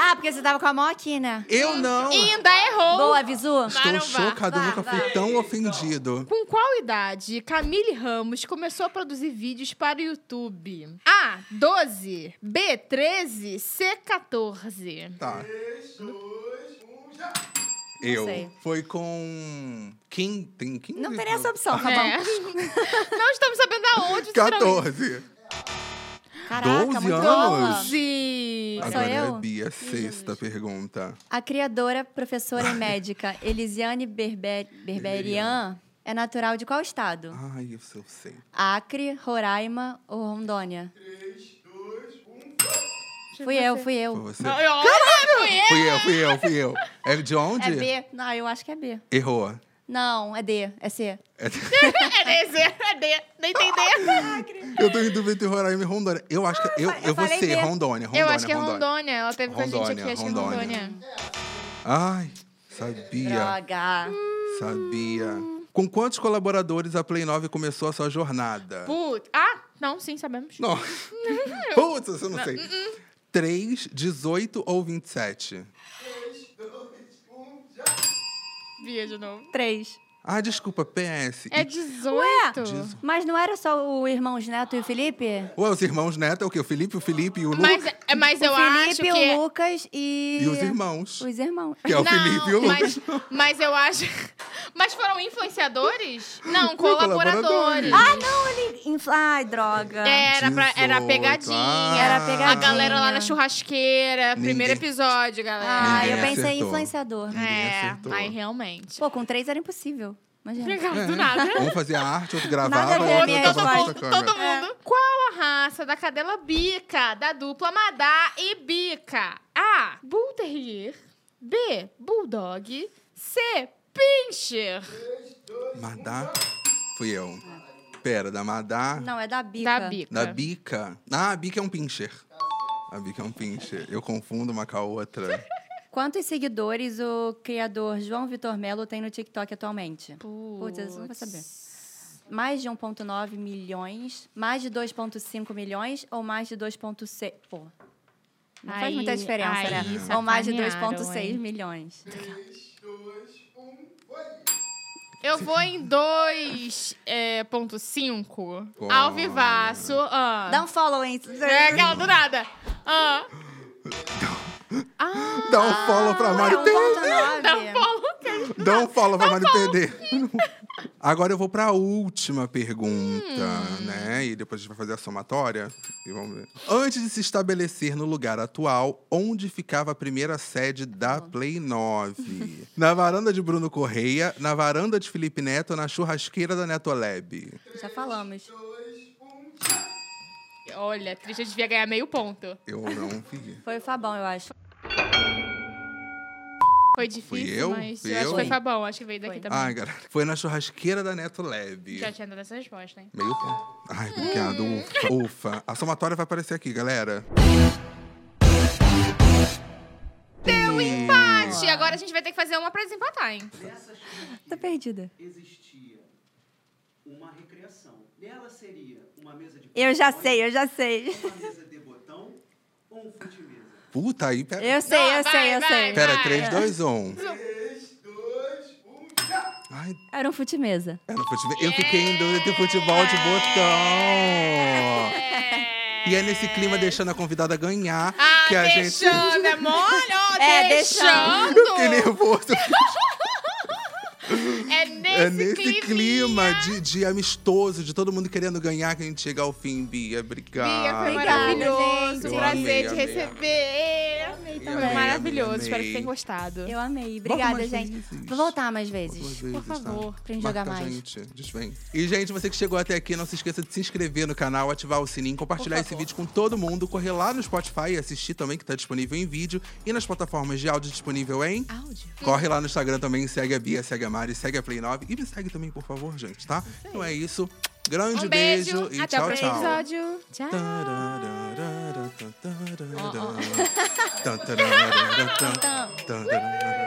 Ah, porque você tava com a mão aqui, né?
Eu não.
Ainda errou.
Boa, Visu.
Estou
Para o VAR.
chocado, eu
Vá,
nunca
vá.
fui tão ofendido.
Com qual idade Camille Ramos começou a produzir vídeos para o YouTube? A, 12, B, 13, C, 14.
Tá. Eu.
sei.
Foi com. Quem tem quem?
Não teria essa opção, tá
É.
bom?
Não estamos sabendo aonde. sinceramente.
14.
Caraca,
12
muito
anos?
boa.
12.
Agora é
eu?
Bia, sexta pergunta.
A criadora, professora e médica Elisiane Berber... Berberian é natural de qual estado?
Ai, isso eu sei.
Acre, Roraima ou Rondônia?
Achei
Fui
que
eu,
você-
fui
Foi
eu.
você.
Olha, olha, fui eu.
Fui eu, fui eu, fui eu. É de onde?
É B? Não, eu acho que é B.
Errou.
Não, é D, é C.
É-
É D, é D. Não entendi.
Eu tô em dúvida entre Roraima e Rondônia. Eu acho que. Eu,
fa-
eu
eu
vou
falei
ser
B.
Rondônia, Rondônia,
Eu acho que é
Rondônia.
Rondônia. Ela teve com a gente aqui,
Rondônia,
acho que é
Rondônia.
Rondônia.
Ai, sabia,
Droga.
sabia. Com quantos colaboradores a Play 9 começou a sua jornada?
Putz. Ah, não, sim, sabemos.
Não. Putz, eu não sei. 3, 18 ou 27?
Via de novo.
Três.
Ah, desculpa, PS.
É
E-
18.
Dezo-
Mas não era só o irmãos Neto e o Felipe?
Ué, os irmãos Neto é o quê? O Felipe, o Felipe e o Lu.
Mas, é- mas eu
o
acho
Felipe,
que. é-
o Lucas e...
E os irmãos.
Os irmãos.
Que é o
não,
Felipe e o Lucas.
mas, mas eu acho. Mas foram influenciadores? Não,
colaboradores.
colaboradores. É,
Ah, não, ele... infla- Ai, droga.
Era, pra, era
18,
pegadinha.
ah.
Era
A
pegadinha.
galera lá na churrasqueira. Primeiro
Ninguém-
episódio, galera.
Ah, eu
Ninguém
pensei em
acertou.
influenciador.
ninguém
é,
acertou.
aí realmente.
Pô, com três era impossível. Imagina.
Obrigado, do nada.
Um fazia arte, outro
Nada
gravava,
a
outro
ver, minha
botava na
resposta. É.
outra
Todo,
câmera.
todo mundo. Qual a raça da cadela bica da dupla Madá e Bica? A. Bull Terrier. B. Bulldog. C. Pinscher.
Madá? Fui eu. Pera, da Madá.
Não, é da Bica.
Da bica.
Da bica. Ah, a bica é um pincher. A bica é um pincher. Eu confundo uma com a outra.
Quantos seguidores o criador João Vitor Melo tem no TikTok atualmente?
Putz,
Putz, eu não vou saber. Mais de 1,9 milhões? Mais de 2,5 milhões? Ou mais de 2,6? Pô. Não
Aí-
faz muita diferença,
aí
né? Ou mais de
sacanearam,
2,6
hein?
milhões.
Eu vou em 2.5. É, ponto cinco.
Olha.
Ao vivaço. Ah.
Dá um follow, hein?
É aquela do nada. Ah. Ah,
Dá um follow pra Mari perder.
dá um
1,9.
follow.
Dá um follow pra Mari perder. Agora eu vou pra última pergunta, né? E depois a gente vai fazer a somatória. E vamos ver. Antes de se estabelecer no lugar atual, onde ficava a primeira sede da Play 9? na varanda de Bruno Correia, na varanda de Felipe Neto, na churrasqueira da Netolab.
Já falamos.
Olha, Trisha devia ganhar meio ponto.
Eu não vi.
Foi o Fabão, eu acho.
Foi difícil,
Fui eu?
mas
Fui
eu acho
eu? Ah,
que foi Fabão, acho que veio daqui
Foi.
também.
Ai, galera. Foi na churrasqueira da Neto Lab.
É Já tinha dado essa resposta, hein?
Meio ponto. Ai, obrigado. Ufa. Ufa. A somatória vai aparecer aqui, galera. Deu empate!
E agora a gente vai ter que fazer uma pra desempatar, hein?
Tô perdida.
existia uma recreação. Nela seria uma mesa de
Eu já
botões,
sei, eu já sei.
uma mesa de botão ou um fute-mesa.
Puta aí, pera.
Eu sei,
Não,
eu
vai,
sei, eu
vai,
sei.
vai.
Pera, 3, 2, 1.
3, 2, 1.
Ai,
Era um fute-mesa.
era futebol. Eu fiquei em dúvida entre futebol
É.
de botão. E é nesse clima deixando a convidada ganhar
Ah,
que a gente.
deixando, é mole, ó,
É,
deixando.
Eu fiquei nervoso.
É nesse,
É nesse
climinha.
clima de, de amistoso, de todo mundo querendo ganhar, que a gente chega ao fim, Bia.
Bia,
Obrigado.
foi
Obrigada,
maravilhoso.
gente.
Um prazer
Eu
de
amei,
receber. Foi
amei,
maravilhoso.
amei,
Espero que tenham
amei.
gostado.
Eu amei. Obrigada,
mais
gente.
vezes.
Vou voltar mais
Duas
vezes.
vezes,
Por
tá?
favor.
Pra gente jogar
Marca a
mais.
gente, diz bem. E, gente, você que chegou até aqui, não se esqueça de se inscrever no canal, ativar o sininho, compartilhar esse vídeo com todo mundo, correr lá no Spotify e assistir também, que tá disponível em vídeo. E nas plataformas de áudio disponível em.
Áudio.
Corre lá no Instagram também, segue a Bia, segue a Mari, segue a Play 9 e me segue também, por favor, gente, tá? Então é isso. Grande
Um beijo.
e
Até o
tchau,
próximo
tchau.
episódio. Tchau.
Tararara, tararara, tararara, tararara, tararara.